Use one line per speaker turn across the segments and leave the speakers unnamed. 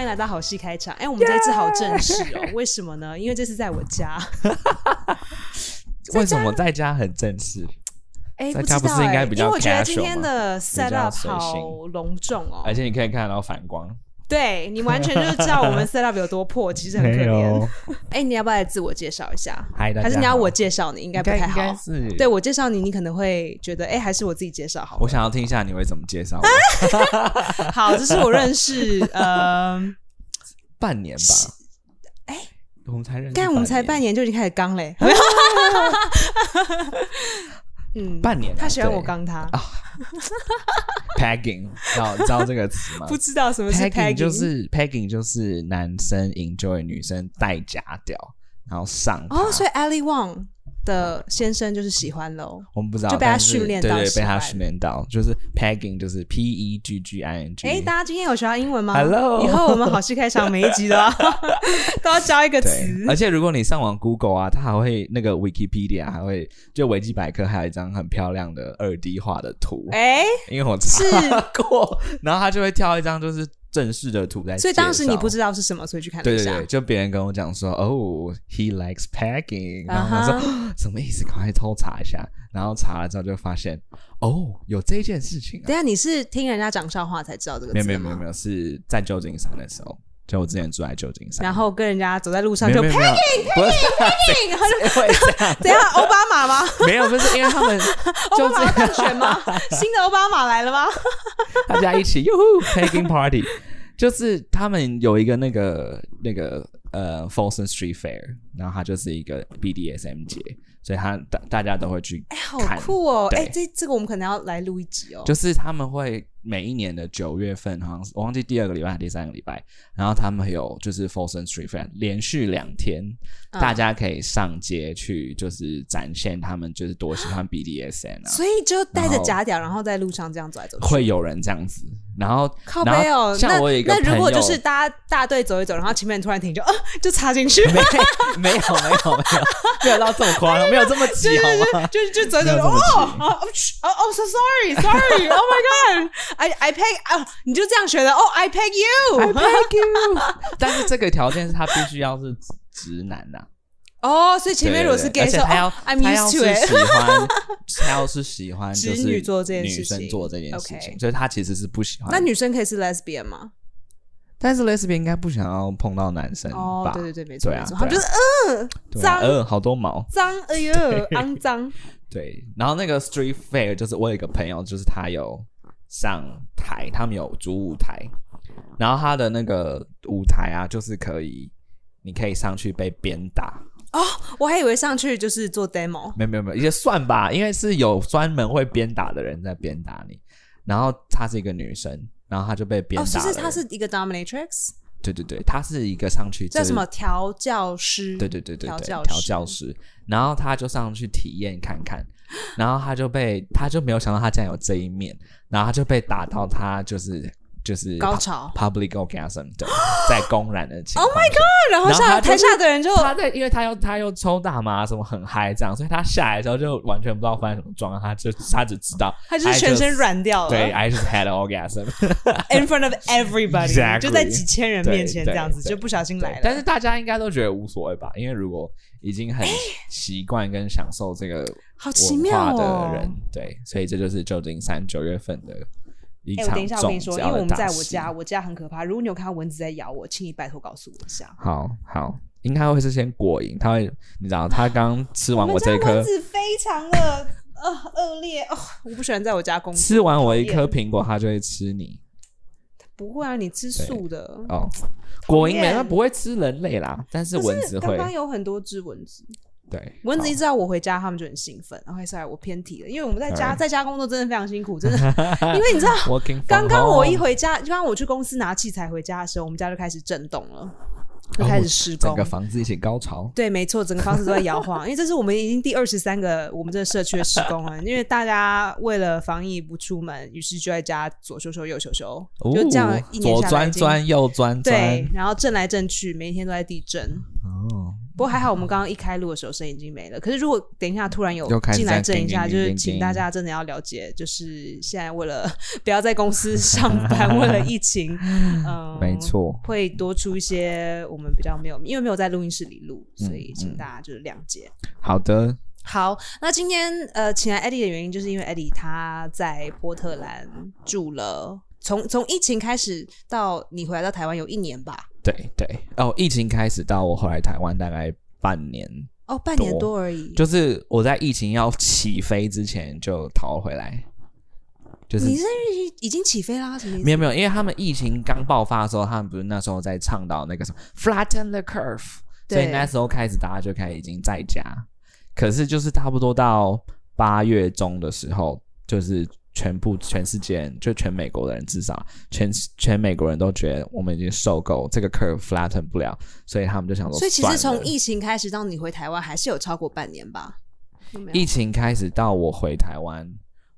迎来到好戏开场。哎、我们这一次好正式哦， 为什么呢？因为这次在我家。
为什么在家很正式？
哎、
在
不知
家
道
不是应该
哎
比
因
较
为我觉得
casual
今天的
较
set up
随性
好隆重哦。
而且你可以看得到反光，
对你完全就是知道我们 set up 有多 破，其实很可怜。。哎、你要不要来自我介绍一下？
嗨，大家
还是你要
好
我介绍你？应该
应
不
该
太
应该
好。
是
对。我介绍你，你可能会觉得，哎、还是我自己介绍好
我
了。
想要听一下你会怎么介绍我。
好，这是我认 识，呃，
半年吧。哎，我们才认识，
刚才我们才半
半年，
年就已经开始刚 嘞。嗯，
半年啊。
他喜欢
对
我刚他，
tagging，知道你知道这个词吗？
不知道什么是
tagging 就是 tagging 就是男生 enjoy 女生戴假屌，然后上她
哦，所以 Ali Wong 的先生就是喜欢喽。
我们不知道
就被他
但是
训练到
对对，
喜
被他
欢
训练到，就是 pegging，就是 p e g g i n g。
哎，大家今天有学到英文吗
Hello
以后我们好戏开场每一集都 要都要教一个词
对，。而且如果你上网 Google 啊，它还会那个 Wikipedia 还会就维基百科还有一张很漂亮的二 D 画的图，
哎，
因为我
是
查过，然后它就会挑一张就是正式的图在介绍。
所以当时你不知道是什么，所以去看了
对
一
对
下。
对，就别人跟我讲说，哦，he likes packing，然
啊
后
哈
我说、哦什么意思？赶快偷查一下。然后查了之后就发现，哦，有这件事情啊
等一！下你是听人家讲笑话才知道这个
没
词的
有
吗
没有没有没有，是在旧金山的时候，就我之前住在旧金山，
然后跟人家走在路上
没
就
有没有没有，不是
packing，然后就
谁会这样
怎样？奥巴马吗？
没有，不是因为他们
奥
就
巴马要
是
当选吗？新的奥巴马来了 吗？
大家一起 哟呼 taking party，就是他们有一个那个那个呃 Folsom Street Fair，然后它就是一个 BDSM 节，所以他大大家都会去
哎，好
看，
酷哦！
对
哎，这这个我们可能要来录一集哦。
就是他们会每一年的九月份，好像是我忘记第二个礼拜还是第三个礼拜，然后他们有就是 Folsom Street Fair 连续两天，
嗯
大家可以上街去就是展现他们就是多喜欢 BDSM 啊。
所以就带着
然后
假屌，然后在路上这样走来走去。
会有人这样子，然后
靠
然后
背哦，那
像我有一个
那如果
朋友
就是大家大队走一走，然后前面突然停就，啊，就插进去，
没没有没有没有没有到这么夸 张，没有这么急好吗？
就就走一走
没有这么
哦
急
哦哦哦哦，so sorry sorry oh my god I I peg 啊，你就这样学的哦，I peg you
但是这个条件是他必须要是直男呐、啊，
哦，所以前面如果是
对对
gay
对
说
而且他要、
哦，I'm
他要
used
是
to it，
喜欢，他要是喜 欢就是
直女做这件事情
女生做这件事
OK
情，所以他其实是不喜欢。
那女生可以是 lesbian 吗？
但是 lesbian 应该不想要碰到男生吧？
哦，对对对，没错
对啊
没错，
对啊
他们就是嗯
对啊
脏
呃，好多毛。
脏，哎呦肮脏，
对，然后那个 street fair 就是我有一个朋友，就是他有上台，他们有主舞台，然后他的那个舞台啊，就是可以，你可以上去被鞭打，
我还以为上去就是做 demo。
没有没有没有，也算吧，因为是有专门会鞭打的人在鞭打你，然后她是一个女生，然后她就被鞭
哦，
打
其
了、
实她是一个 dominatrix，
对对对，她是一个上去
叫
就是
什么调教师？
对对对对
调
对，
教
调
师
教师，然后他就上去体验看看，然后他就被他就没有想到他竟然有这一面，然后他就被打到他就是就是
高潮
pu- public orgasm 对，在公然的 情
Oh
况
my
下。
然后
然后
下
他就
台
是
下的人就
他在，因为他又他又抽大麻，什么很嗨这样，所以他下来的时候就完全不知道发生什么状况，他就他只知道
他就是全身，软掉
I
了，
just- 对，I 啊 just had orgasm，
，in front of everybody，
Exactly
就在几千人面前
对
这样子，
对对
就不小心来
对
了。，
但是大家应该都觉得无所谓吧，因为如果已经很习惯跟享受这个
好奇
文化
妙
的
哦
人，！对，所以这就是旧金山九月份的一
哎，
场
我等一下，我跟你
重
说，因
要
为
的
我们
大
在我
戏
家，，我家很可怕。如果你有看到蚊子在咬我，请你拜托告诉我一下。
好好，应该会是先果蝇，他会，你知道，他刚吃完
我
我这
们
一
家蚊
颗，
子非常的呃恶劣哦，我不喜欢在我家工作。
吃哦完我一
讨
颗苹果，它就会吃你。
不会啊，你吃素的。
哦，果蝇没，
厌
它不会吃人类啦，但是
可
蚊子
刚
会。
刚有很多只蚊子，
对，
蚊子
好
一知道我回家，他们就很兴奋。OK，sorry，、我偏题了，因为我们在家
Alright
在家工作真的非常辛苦， 真的，因为你知道。
working 哎 from
刚刚我一
home
回家，刚刚我去公司拿器材回家的时候，我们家就开始震动了，就
哦
开始施
整
工。
个房子一起高潮。
对，没错，整个房子都在摇晃，因为这是我们已经第二十三个我们这个社区的施工了。因为大家为了防疫不出门，于是就在家左修修右修修，就这样
哦
一年
左
下来
钻
已经
钻右钻钻
对，，然后震来震去，每一天都在地震。
哦，
不过还好，我们刚刚一开录的时候声音已经没了。可是如果等一下突然有
又开始
进来
在
震一下，
叮叮
就是
叮叮
请大家真的要了解，就是现在为了 不要在公司上班， 为了疫 情，嗯，
没，错，
会多出一些我们比较没有，因为没有在录音室里录，所
嗯
以请大家就是谅解。
好的，
好，那今天呃，请来 Eddie 的原因，就是因为 Eddie 他在波特兰住了，从从疫情开始到你回来到台湾有一年吧，
对对哦，疫情开始到我后来台湾大概半年，
哦，半年
多
多而已。
就是我在疫情要起飞之前就逃回来，就是
你是已经起飞啦？什么意思
没？有没有，因为他们疫情刚爆发的时候，他们不是那时候在倡导那个什么 flatten the curve，所以
对
那时候开始大家就开始已经在家，可是就是差不多到八月中的时候，就是全部全世界人就全美国的人至少全全美国人都觉得我们已经受够这个 curve flatten 不了，所以他们就想说，
所以其实
哦算
从
了
疫情开始到你回台湾，还是有超过半年吧？有没有
疫情开始到我回台湾，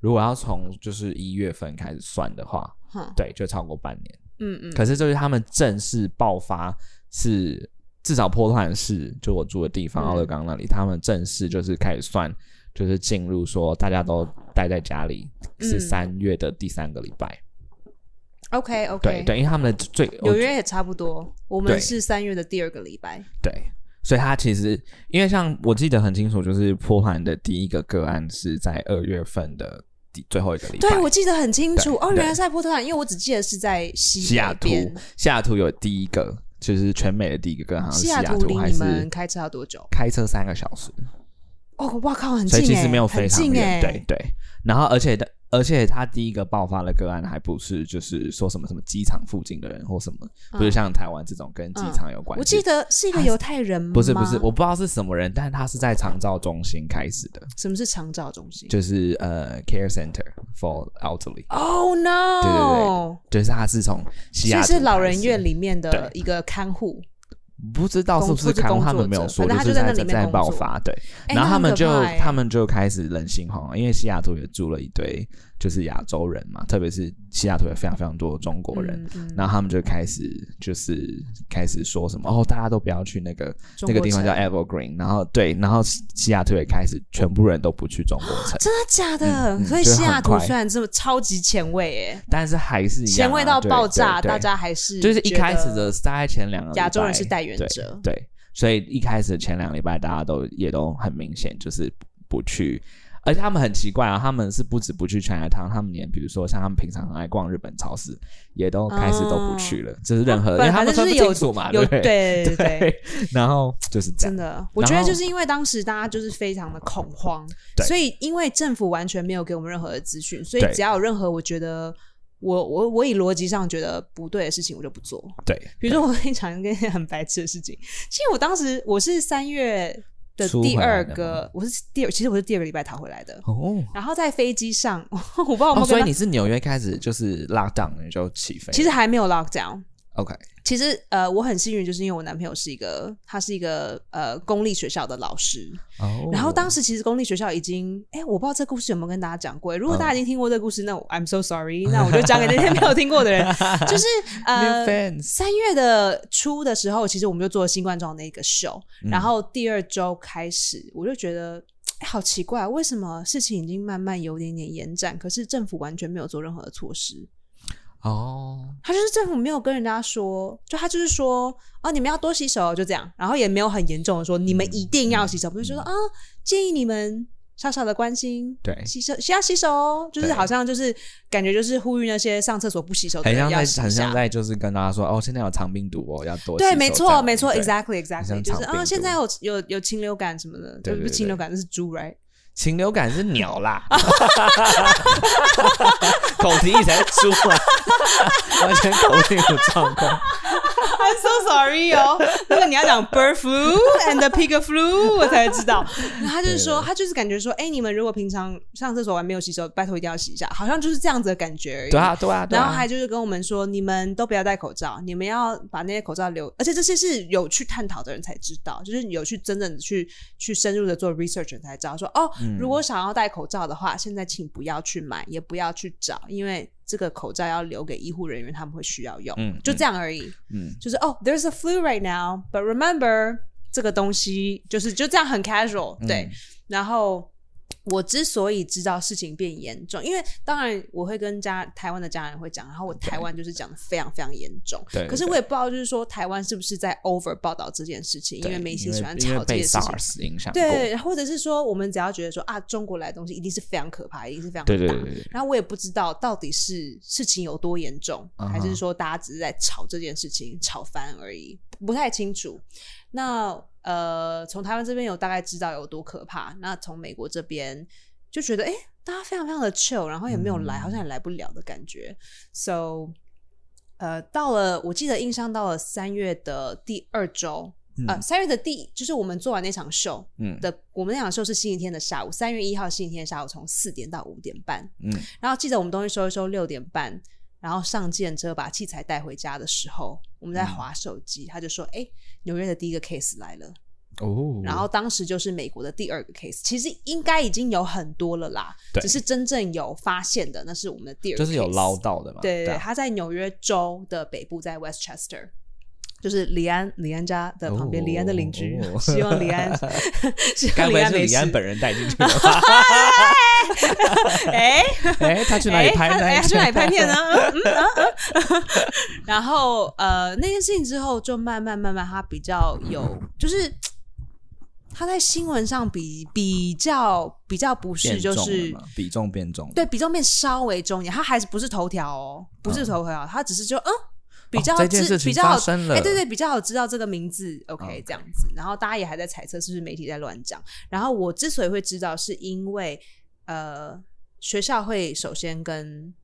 如果要从就是一月份开始算的话，
哼
对，就超过半年。
嗯嗯，
可是就是他们正式爆发是至少波特兰市，就我住的地
嗯
方奥勒冈那里，他们正式就是开始算，就是进入说大家都待在家里是
嗯
三月的第三个礼拜，
OK OK，
对对，因为他们的最哦我
纽约也差不多，我们
对
是三月的第二个礼拜。
对，所以他其实因为像我记得很清楚，就是波特兰的第一个个案是在二月份的第最后一个礼拜，
对，我记得很清楚。
对
哦，
对
原来是在波特兰，因为我只记得是在西
西雅
北
图
边。，
西雅图有第一个，就是全美的第一个个案，好像
西
是西
雅
雅
图离
还
你们
是
开车要多久？
开车三个小时。
哦，哇靠，很
所
近
以
哎，
其实没有
很
非常
近
远，
哎
对对。然后而且的，而且他第一个爆发的个案还不是就是说什么什么机场附近的人或什么，不是像台湾这种跟机场有关
嗯我
系。
记得是一个犹太人吗？
啊不是不是，我不知道是什么人，但他是在长照中心开始的，
什么是长照中心
就是呃 care center for elderly，
？Oh
对对对
no！
就是他是从西
所
雅
以
图
是老
开
人
始
院里面的
对
一个看护。
不知道是不是看过他们没有说，
工作者反
是
正他
在
就在那里面
在
工作
爆发，对。
哎
然后他们就、
那很可怕哎
他们就开始人心惶惶，因为西雅图也住了一堆就是亚洲人嘛，特别是西雅图有非常非常多的中国人。
嗯嗯
然后他们就开始就是开始说什么哦，大家都不要去那个
中
那个
国
地方
城
叫 Evergreen，然后对，然后西西雅图也开始全部人都不去中国城，
真的假的？
嗯嗯
所以
就是
西雅
很
图
快
虽然这么超级前卫，哎，
但是还是一样啊、
前卫到
对
爆
对
炸，
对
大家还是
就是一
觉得
开始的大概前两个礼拜
亚洲人是代言者
对，对，所以一开始前两个礼拜大家都也都很明显就是不去，而且他们很奇怪啊，他们是不止不去 China Town，他们连比如说像他们平常很爱逛日本超市，也都开始都不去了，
哦
就是任何、因为
本
他
反
们
正就
分
是
不
有
清楚嘛，
有
对不对？
对 对对，
然后就是这
真，
样
的，我觉得
然后
就是因为当时大家就是非常的恐慌，
对
所以因为政府完全没有给我们任何的资讯，所以
对
只要有任何我觉得我我我以逻辑上觉得不对的事情，我就不做。
对，
比如说，我跟你讲一个很白痴的事情，其实我当时我是三月的
出
第
回来
二
的
个，我是第二，其实我是第二个礼拜逃回来的。
哦。
然后在飞机上， 我不知道我
哦，
们、
所以你是纽约开始就是 lock down 你就起飞了，
其实还没有 lock down。
OK
其实呃，我很幸运，就是因为我男朋友是一个，他是一个呃公立学校的老师。
哦，
然后当时其实公立学校已经，哎，我不知道这故事有没有跟大家讲过。如果
嗯
大家已经听过这故事，那我 I'm so sorry，那我就讲给那些没有听过的人。就是呃
New，fans
三月的初的时候，其实我们就做了新冠状的一个秀，
嗯
然后第二周开始，我就觉得。哎好奇怪，为什么事情已经慢慢有点点延展，可是政府完全没有做任何的措施？
哦，
他就是政府没有跟人家说，就他就是说，哦，你们要多洗手，就这样，然后也没有很严重的说你们一定要洗手，不是说啊，建议你们少少的关心，
对
洗手需要洗手哦，就是
对
好像就是感觉就是呼吁那些上厕所不洗手的
很
人
像
要
在
洗
很
一下
像在就是跟大家说哦，现在有肠病毒哦，要多洗
对，
手
没
这
错，
样
没错
对
，exactly
像
exactly，就是
长病
啊，
毒
现在有有有禽流感什么的，
对对
不是禽
对
流感，那是猪 right？
禽流感是鸟啦， 口蹄疫才是猪 啊，完全搞不清楚状况。
I'm so sorry 哦，那个你要讲 bird flu and the pig flu，我才知道。然后他就是说，他就是感觉说，哎、你们如果平常上厕所完没有洗手，拜托一定要洗一下，好像就是这样子的感觉而已。
对啊，对啊，对啊
然后还就是跟我们说，你们都不要戴口罩，你们要把那些口罩留，而且这些是有去探讨的人才知道，就是有去真正的去去深入的做 research 的人才知道说，哦，如果想要戴口罩的话，现在请不要去买，也不要去找，因为这个口罩要留给医护人员，他们会需要用，
嗯
就这样而已。
嗯，
就是哦，there's a flu right now，but remember 这个东西就是就这样很 casual，对。
嗯
然后我之所以知道事情变严重，因为当然我会跟家台湾的家人会讲，然后我台湾就是讲的非常非常严重。
对
可是我也不知道，就是说台湾是不是在 over 报道这件事情，因
对
为媒体
因为
喜欢
因为
炒这
被
件事情。
SARS 影响过，
对，或者是说，我们只要觉得说啊，中国来的东西一定是非常可怕，一定是非常大。
对对对对对
然后我也不知道到底是事情有多严重，
嗯哼
还是说大家只是在吵这件事情吵翻而已，不太清楚。那呃，从台湾这边有大概知道有多可怕，那从美国这边就觉得哎、诶大家非常非常的 chill，然后也没有来，
嗯
好像也来不了的感觉。So，呃，到了我记得印象到了三月的第二周，呃，
嗯
三月的第就是我们做完那场秀
嗯
的，我们那场秀是星期天的下午，三月一号星期天的下午从四点到五点半，
嗯
然后记得我们东西收一收六点半，然后上电车把器材带回家的时候，我们在
嗯
划手机，他就说：“哎、纽约的第一个 case 来了。”
哦，
然后当时就是美国的第二个 case，其实应该已经有很多了啦，
对
只是真正有发现的那是我们的第二个
就
case，
是有捞到的嘛，
对对
对
对，
啊，
他在纽约州的北部，在 Westchester，就是李安李安家的旁边，
哦
李安的邻居。
哦
希望李 安，希
该
望
不
李
会
安
是
没
李安
事。
本人带进去 的吧？
哎，
哎，他 去哪里
哎
拍
他
那
哎
一
他去哪里
天？
拍片呢？嗯嗯嗯嗯 然后呃，那件事情之后，就慢慢慢慢，他比较有，就是他在新闻上比比较比较不是，
变
就
重
是
了嘛比重变重了，
对比重变稍微中一点，他还是不是头条哦，不是头条，他只是就嗯。比
哦
较
这件
知
事
比较
情发
好
生
哎、
了哦
对对，比较好知道这个名字，OK，
OK
这样子。然后大家也还在猜测是不是媒体在乱讲。然后我之所以会知道，是因为呃，学校会首先跟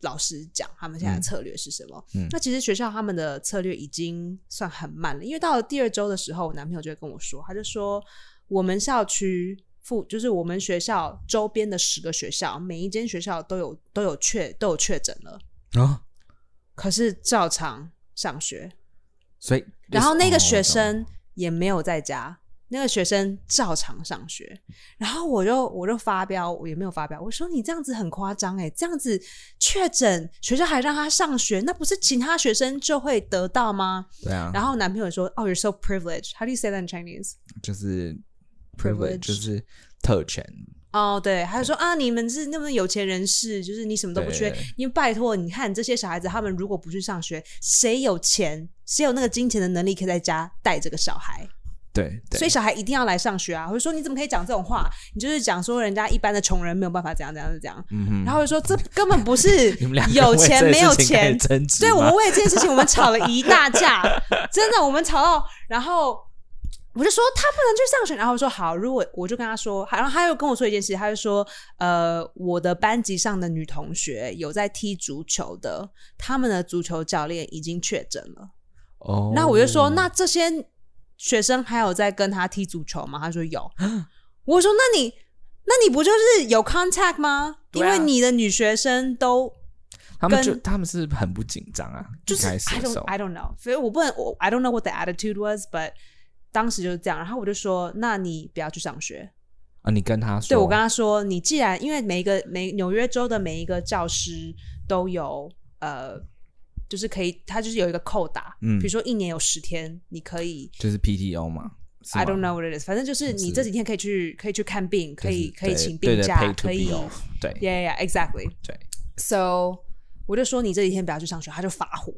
老师讲他们现在的
嗯
策略是什么。
嗯
那其实学校他们的策略已经算很慢了，因为到了第二周的时候，我男朋友就会跟我说，他就说我们校区附就是我们学校周边的十个学校，每一间学校都有都有确都有确诊了，
啊，
可是照常上学。
所以
然后那个学
哦
生也没有在家，那个学生照常上学。然后我就我就发飙，我也没有发飙，我说你这样子很夸张哎，这样子确诊学校还让他上学，那不是其他学生就会得到吗？
对啊，
然后男朋友说，哦、y o u r e so privileged，how do you say that in Chinese？
就是 privilege，
privilege
就是特权，
哦、对，他就说啊，你们是那么有钱人士，就是你什么都不缺
对，
因为拜托，你看这些小孩子，他们如果不去上学，谁有钱，谁有那个金钱的能力可以在家带这个小孩？
对对，
所以小孩一定要来上学啊！或者说你怎么可以讲这种话？你就是讲说人家一般的穷人没有办法怎样怎样怎样。
嗯哼
然后就说这根本不是
你们俩
有钱没有钱，
争执
对
吗
我们为了这件事情我们吵了一大 架，真的我们吵到，然后我就说他不能去上学，然后我说好，如果我就跟他说，然后他又跟我说一件事，他就说呃我的班级上的女同学有在踢足球的，他们的足球教练已经确诊了。
哦，
那我就说，那这些学生还有在跟他踢足球吗？他说有。 我说，那你那你不就是有 contact 吗？因
对啊
为你的女学生都
他们
跟
就他们是很不紧张啊，
就是
一
I
开始的时
don't
候
I don't know，所以我不能我 I don't know what the attitude was，but 当时就是这样。然后我就说，那你不要去上学。
啊，你跟他说，
对我跟他说，你既然因为每一个每纽约州的每一个教师都有呃，就是可以，他就是有一个扣打，
嗯
比如说一年有十天，你可以
就是 PTO 嘛是吗
I don't know what it is，反正就是你
是
这几天可以去可以去看病，可以
就是
可以
对
请
对
病
的
假，
pay to
可以
be off，对
Yeah, yeah, yeah, exactly.
对，
So 我就说你这几天不要去上学，他就发火，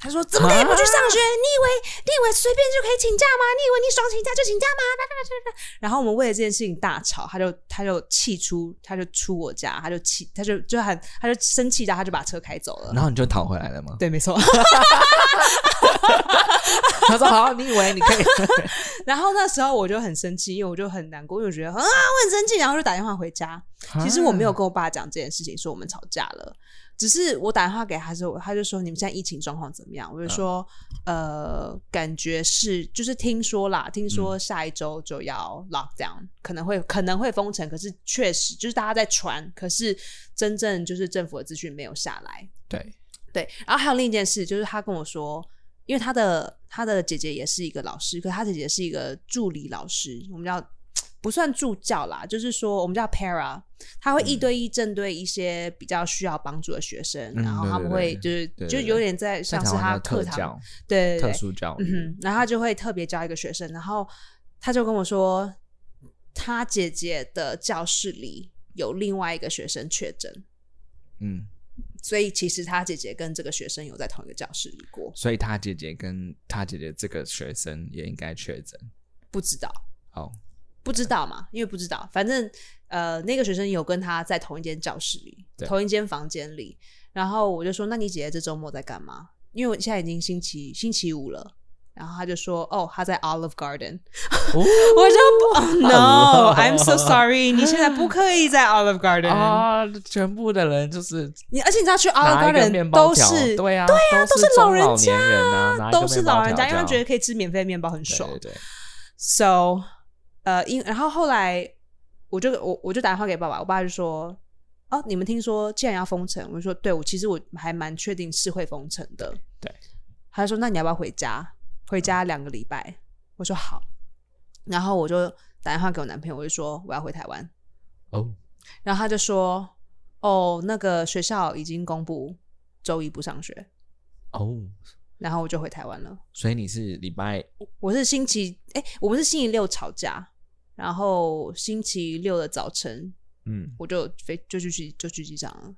他说怎么
啊
可以不去上学？你以为你以为随便就可以请假吗？你以为你爽请假就请假吗？哒哒哒哒哒然后我们为了这件事情大吵，他就他就气出，他就出我家，他就气，他就就很他就生气到他就把车开走了。
然后你就逃回来了吗？
对，没错。
他说好，你以为你可以？
然后那时候我就很生气，因为我就很难过，因为我觉得啊，我很生气，然后就打电话回家。
啊
其实我没有跟我爸讲这件事情，说我们吵架了，只是我打电话给他之后，他就说你们现在疫情状况怎么
嗯
样？我就说、呃，感觉是就是听说啦，听说下一周就要 lock down，、可能会可能会封城，可是确实就是大家在传，可是真正就是政府的资讯没有下来。
对，
对，然后还有另一件事，就是他跟我说，因为他的他的姐姐也是一个老师，可他姐姐是一个助理老师，我们叫不算助教啦，就是说我们叫 para，他会一对一针对一些比较需要帮助的学生，
嗯
然后他们会就是
对对对
就是有点在像是
在台湾
他
叫特
课堂，
教、
对对
特
对，
殊教
嗯
育，
哼，然后他就会特别教一个学生，然后他就跟我说，他姐姐的教室里有另外一个学生确诊，
嗯，
所以其实他姐姐跟这个学生有在同一个教室里过，
所以他姐姐跟他姐姐这个学生也应该确诊。
不知道。
哦，
不知道嘛，因为不知道，反正呃，那个学生有跟他在同一间教室里，
对
同一间房间里。然后我就说：“那你姐姐这周末在干嘛？”因为我现在已经星期星期五了。然后他就说：“哦，他在 Olive Garden。
哦
我就不、
好
No,
冷
I'm so sorry，你现在不可以在 Olive Garden。
啊，全部的人就是
你而且你知道去 Olive
拿一个
Garden
面包
都
条，
是
对啊，对啊，
都
是
是
中
老人
年人啊，拿一个
都是
面包
老人
条
家，因为他
这
觉得
样
可以吃免费面包很爽
对。对对，
So，呃，因然后后来我就我我就打电话给爸爸，我爸就说：“哦，你们听说既然要封城，我就说对，我其实我还蛮确定是会封城的。”
对，
他就说：“那你要不要回家？回家两个礼拜？”我说：“好。”然后我就打电话给我男朋友，我就说我要回台湾，
哦，
然后他就说：“哦，那个学校已经公布周一不上学。
哦，”
然后我就回台湾了。
所以你是礼拜
我是星期哎、我们是星期六吵架，然后星期六的早晨
嗯，
我就飞就去机就去机场了。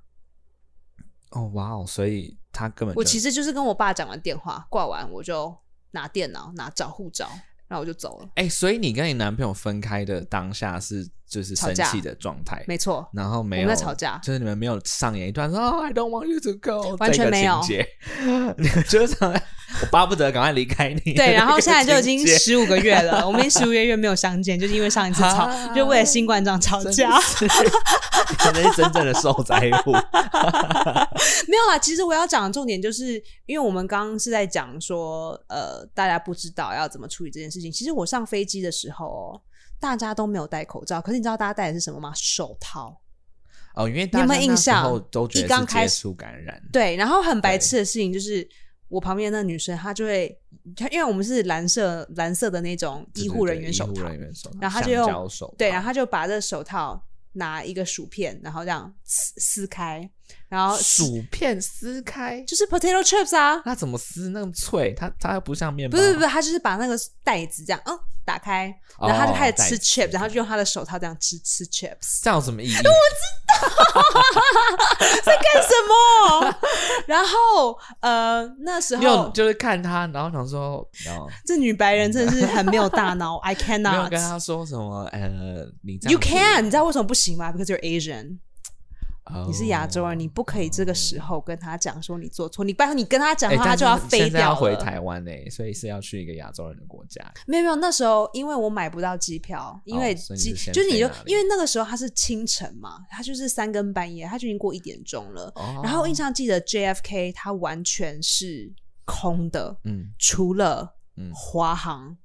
哦哇哦，所以他根本
我
就
其实就是跟我爸讲完电话，挂完我就拿电脑拿找护照，然后我就走了。
哎、所以你跟你男朋友分开的当下是就是
吵
生
架
气的状态，
没错，
然后没
我
有
们在吵架
就是你们没有上演一段说、哦 I don't want you to go，
完全没有
这个情节你们就是想我巴不得赶快离开你。
对，然后现在就 已经
是
十五个月了，我们十五个月没有相见，就是因为上一次吵，
啊
就为了新冠状吵架。
才是真正的受灾户。
没有啦，其实我要讲的重点就是，因为我们刚刚是在讲说，呃，大家不知道要怎么处理这件事情。其实我上飞机的时候、哦，大家都没有戴口罩，可是你知道大家戴的是什么吗？手套。
哦，因为大家
你有没有
那
印
时
象
候都觉
一
得
刚
是
开
接
始
触感染，
对，然后很白痴的事情就是，我旁边那女生她就会，她因为我们是蓝色蓝色的那种
对
医
对
护
对
人员手
医护
套，
人员手套，
然后他就
橡
用
胶手套，
对，然后她就把这手套拿一个薯片，然后这样撕撕开，然后
薯片撕开，
就是 potato chips 啊，
那怎么撕那么脆？它它又不像面包，
不是不是，他就是把那个袋子这样嗯打开，然后他就开始吃
哦袋子
chips，、然后就用他的手套这样吃吃 chips，
这样有什么意义？
干什 么？然后呃那时
你有
候
就是看他，然后想说，然后
这女白人真的是很没有大 脑，I
没有
cannot
跟。他说什么？呃，你这样
You
子
can，你知道为什么不行吗？Because you're Asian，、
哦
你是亚洲人，你不可以这个时候跟他讲说你做错。你拜托你跟他讲的
哎
话，他
但
就要
是
飞
现在
掉
要
了。
回台湾呢、所以是要去一个亚洲人的国家。
没有没有，那时候因为我买不到机票，因为
哦所以
机、
你是先
就是你
飞
就
哪里
因为那个时候他是清晨嘛，他就是三更半夜，他就已经过一点钟了。
哦
然后我印象记得 JFK 它完全是空的，
嗯，
除了
嗯
华航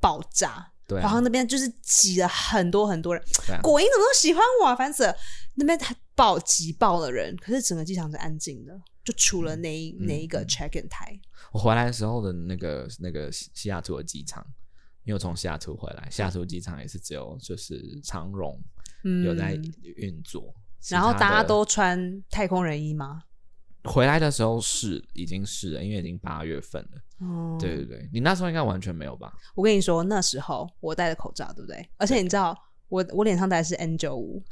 爆炸，
对啊
华航那边就是挤了很多很多人。
对啊
果英怎么都喜欢我、啊，烦死了！那边还爆挤爆了人，可是整个机场是安静的，就除了那一、
嗯
那一个
嗯
check in 台。
我回来的时候的那个那个西西雅图的机场，因为我从西雅图回来，西雅图机场也是只有就是长荣
嗯，
有在运作，其
然后
他
大家
的
都穿太空人衣吗？
回来的时候是已经是了，因为已经八月份了。
哦，
对对对，你那时候应该完全没有吧？
我跟你说，那时候我戴的口罩，对不对？而且你知道，我我脸上戴的是 N 九五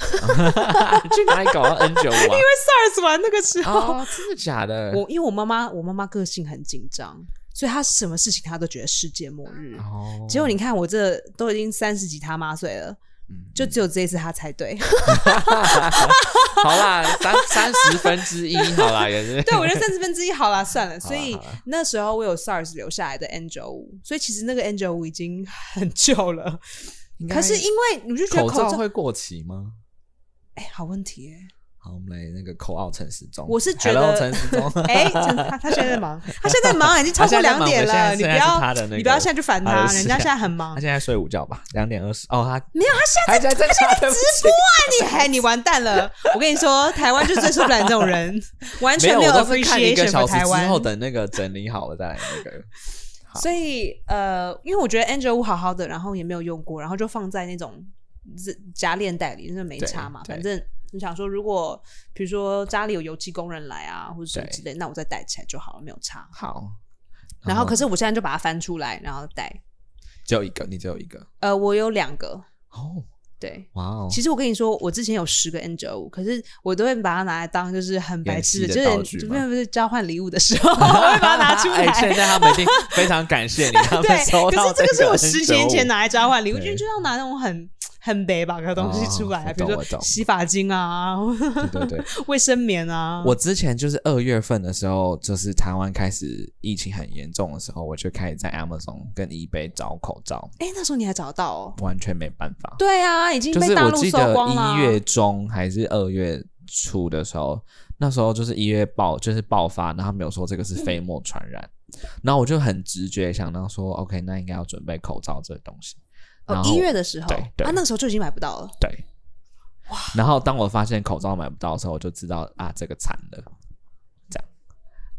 去哪里搞到 N 九 五啊？
，SARS 完那个时候，
哦，真的假的？
我因为我妈妈，我妈妈个性很紧张，所以她什么事情她都觉得世界末日。
哦，
结果你看，我这都已经三十几他妈岁了，
嗯
就只有这一次她猜对。
好啦，三三十分之一，好啦，也是。
对，我觉得三十分之一好啦，算了。所以
好啦
那时候我有 SARS 留下来的 N 九五，所以其实那个 N 九五已经很旧了。
应该
可是因为我就觉得
口
口罩，
会过期吗？
哎、好问题耶、
好，我们来那个口号陈时中，
我是觉
Hello，
得
陈时中，
哎、陈他他现在在忙，他现在在忙，已经超过两点了，
他
你
现
不
在在忙我现在现在是
要
他的那个
你不要现在去烦
他
他，
的事
人家现在很忙
他。现在睡午 觉吧，两点二十。哦，他
没有，啊他
还在在家的直播，
现在你还你完蛋了！我跟你说，台湾就最受不了你这种人，完全
没
有
有，我都是看一个
appreciation
小
for
时
台
之后
湾。
等那个整理好了再来那个。
所以呃，因为我觉得 Angel 五好好的，然后也没有用过，然后就放在那种自加链袋里，那没差嘛。
对对
反正你想说，如果比如说家里有油漆工人来啊，或者什么之类，那我再戴起来就 好了，没有差。
好，
然后可是我现在就把它翻出来，然后戴。
只有一个，你只有一个
呃，我有两个，
哦，
对。
哇哦，
其实 我跟你说，我之前有十个 N 九五，可是我都会把它拿来当就是很白痴
演戏的道
就是
具
就
吗
是不是交换礼物的时候， 我会把它拿出来。
哎现在他们一定非常感谢 你，他们
对，
收
可
到
是这个是我
很
十年前
久
拿来交换礼物，
对
就就要拿那种很很北吧的东西出来，啊
哦
比如
我懂我
说
懂
洗发精啊、
对对对，
卫生棉啊。
我之前就是二月份的时候，就是台湾开始疫情很严重的时候，我就开始在 Amazon 跟 eBay 找口罩，
哎、那时候你还找得到哦？
完全没办法。
对啊，已经
就是
被大
我
陆
记
搜
得
光了。啊
一月中还是二月初的时候，那时候就是一月爆就是爆发，然后他们有说这个是飞沫传染，
嗯
然后我就很直觉想到说，OK，那应该要准备口罩这个东西。
哦
然，后
一月的时候，
对对
啊，那时候就已经买不到了。
对，然后当我发现口罩买不到的时候，我就知道啊，这个惨了，这样。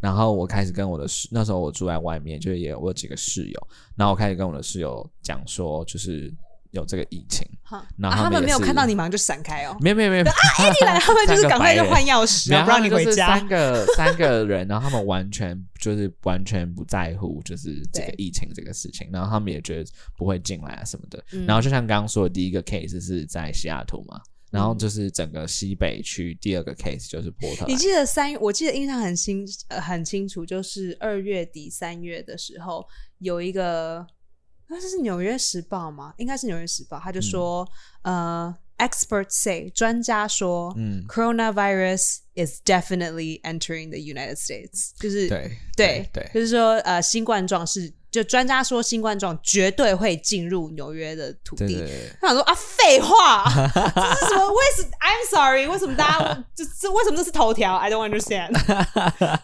然后我开始跟我的室，那时候我住在外面，就是也有我有几个室友，然后我开始跟我的室友讲说，就是有这个疫情，
哈，
然
啊
后他们
他们
也
没有
是
看到你，马上就闪开哦。
没有没有没有，
一来他们就是赶快就换钥匙，啊
然
不
后
让你回家
三。个三个人，然后他们完全就是完全不在乎，就是这个
对
疫情这个事情，然后他们也觉得不会进来啊什么的。
嗯
然后就像刚刚说的，第一个 case 是在西雅图嘛，然后就是整个西北区，第二个 case 就是波特
嗯你
兰。
记得三，我记得印象很清、呃、很清楚，就是二月底三月的时候，有一个，那这是《纽约时报》吗？应该是《纽约时报》，他就说，呃，experts say，专家说，
嗯，
Coronavirus is definitely entering the United States，就是
对
对
对
就是说呃，新冠状是就专家说新冠状绝对会进入纽约的土
对
地，
对对，
他想说啊，废话， 这是什么？为什 I'm sorry，为什么大家就是为什么这是头条？I don't understand，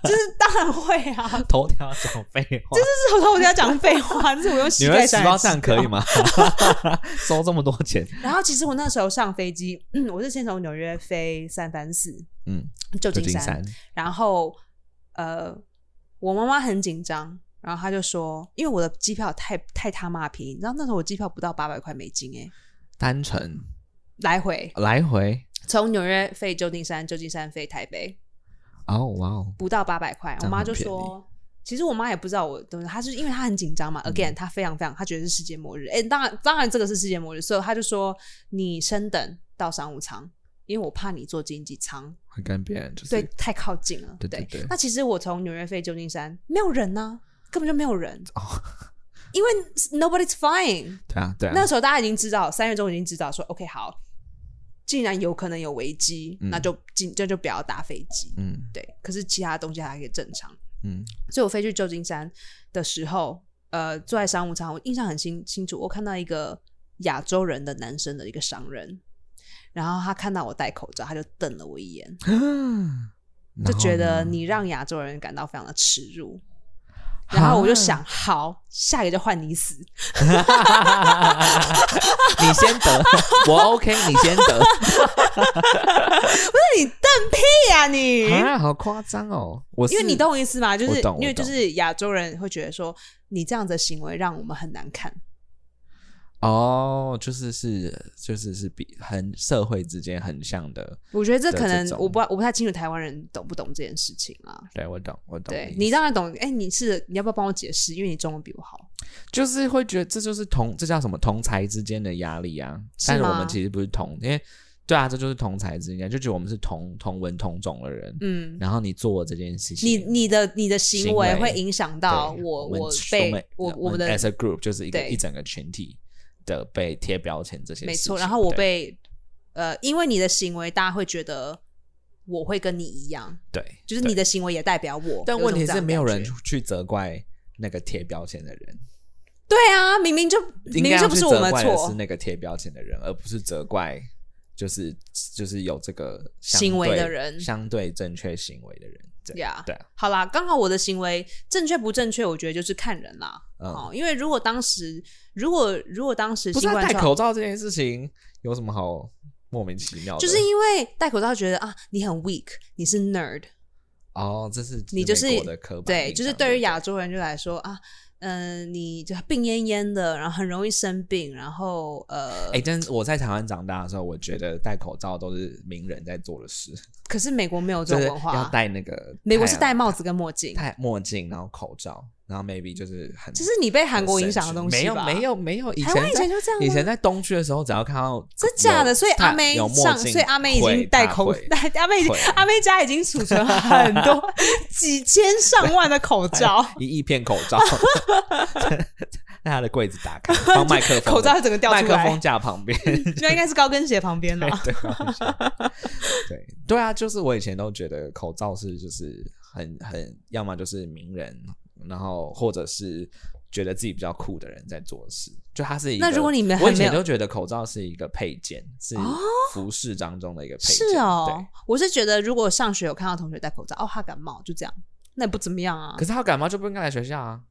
就是当然会啊，这
头条讲废话，
是头条讲废话，这是我用膝
纽约
盖
时
想
报
来
这样
吃
可以吗？
啊
收这么多钱，
然后其实我那时候上飞机， 我是先从纽约飞三藩市
嗯，
旧
旧
金
金
山，
山，
然后呃，我妈妈很紧张，然后她就说，因为我的机票太太他妈便宜，你知道那时候我机票不到八百块美金哎、
单程
来回
来回，
从纽约飞旧金山，旧金山飞台北，
哦哇哦，
不到八百块，
这
我
样
妈
很
就
便
说。其实我妈也不知道我东西，她就是因为她很紧张
嗯
嘛。Again，她非常非常，她觉得是世界末日。哎、当然，当然这个是世界末日，所以她就说你升等到商务舱，因为我怕你坐经济舱，
会跟别人就是
对，太靠近了。
对对对
那其实我从纽约飞旧金山，没有人呢、根本就没有人，
哦，
因为 nobody's flying。
对啊对啊，
那时候大家已经知道，三月中已经知道说，OK，好，既然有可能有危机，
嗯
那就尽这就不要搭飞机。
嗯
对，可是其他东西还可以正常。
嗯，
所以我飞去旧金山的时候，呃，坐在商务舱，我印象很清清楚，我看到一个亚洲人的男生的一个商人，然后他看到我戴口罩，他就瞪了我一眼， 就觉得你让亚洲人感到非常的耻辱。然后我就想，好，下一个就换你死。
你先 得，我 OK，你先 得
那你瞪屁呀、你！
啊，好夸张哦！我是
因为你懂我意思吗？就是
我懂我
因为就
懂
是亚洲人会觉得说，你这样的行为让我们很难看。
哦，就是是就是是比很社会之间很像的，
我觉得这
的
可
这
能
种
我不我不太清楚台湾人懂不懂这件事情啊。
对我懂我懂
对
意思。
你当然懂，哎、你是你要不要帮我解释？因为你中文比我好。
就是会觉得这就是同这叫什么同才之间的压力啊，
是
但是我
吗
们其实不是同，因为对啊，这就是同才之间就觉得我们是同同文同种的人，
嗯，
然后你做这件事情，
你你的你的行为
行为
会影响到
对
我，
们
我
我
被
们
我
我
我
们
的
as a group 就是一个
对
一整个群体的被贴标签这些事情，
没错。然后我
对
被呃，因为你的行为，大家会觉得我会跟你一样，
对，
就是你的行为也代表我。
但
有
问
种
题
这样
是
的
没有
感
人
觉
去责怪那个贴标签的人，
对啊，明明就明
应该
明
要
就不
去
是我
责
们
怪的
错
是，那个贴标签的人，而不是责怪就是就是有这个相
行为的
对
人
相对正确行为的人，这样
呀。
对啊，
好啦，刚好我的行为正确不正确，我觉得就是看人啦。
嗯
哦，因为如果当时，如果如果当时
不是
新
啊
冠
戴
状
口罩这件事情有什么好莫名其妙的？
就是因为戴口罩觉得啊，你很 weak，你是 nerd，
哦，这是
你就是
美国的刻板
对，
印
就是
象
对于
不
亚洲人就来说啊，嗯、你就病恹恹的，然后很容易生病，然后呃，
哎、真我在台湾长大的时候，我觉得戴口罩都是名人在做的事，
可是美国没有这
就是
种文
要
化，
戴那个
美国是
太
戴
阳
帽子跟墨镜，
戴墨镜，然后口罩，然后 maybe 就是很
这是你被韩国
很
影响
神
的
奇
东西
没有
吧
没有没有，以
台
前
湾以
在
前就这样吗啊
以前在东区的时候，只要看到
真假的，
有
所以阿
戴
妹
有墨
上，
镜
所以阿妹已
会
经 戴
她
口
会，
阿妹已经
会
阿妹家已经储存很多几千上万的口 罩，
一一片口 罩， 在他的柜子打开，放麦克风，
口罩整个掉
麦
出
克
来
风，架旁边，
那应该是高跟鞋旁边了。
对啊 对对啊，就是我以前都觉得口罩是就是很很，要么就是名人，然后或者是觉得自己比较酷的人在做的事，就它是一个。
那如果你们
我
还
以
没
前
有
都觉得口罩是一个配件，是
哦
服饰当中的一个配件，
是哦
对。，
我是觉得如果上学有看到同学戴口罩，哦，他感冒就这样，那也不怎么样啊
可。是他感冒就不应该来学校啊，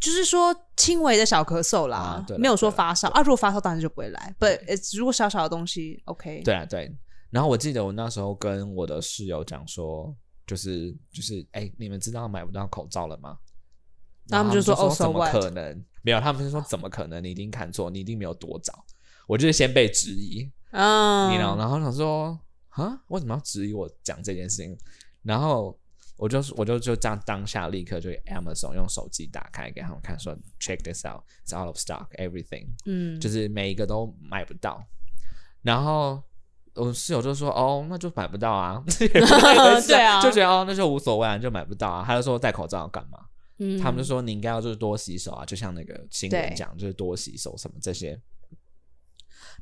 就是说轻微的小咳嗽啦，
啊对啦
没有说
对啦
发烧啊。如果发烧当然就不会来，but
对
it's- 如果小小的东西，OK，
对啊，对。然后我记得我那时候跟我的室友讲说，就是就是，哎、你们知道买不到口罩了吗？
然后他们
就
就说哦
怎
so
么
what？
可能？没有，他们就说怎么可能？你一定看错，你一定没有多找。我就是先被质疑，
嗯，
你知道，然后想说啊，为什么要质疑我讲这件事情？然后我就我就就这样当下立刻就 Amazon 用手机打开给他们看，说 check this out，it's out of stock，everything。
嗯，
就是每一个都买不到。然后我室友就说：“哦，那就买不到啊。” 对
对啊
就觉得哦，那就无所谓啊，就买不到啊。他就说戴口罩干嘛？
嗯
他们就说你应该要就是多洗手啊，就像那个新
对
闻讲，就是多洗手什么这些。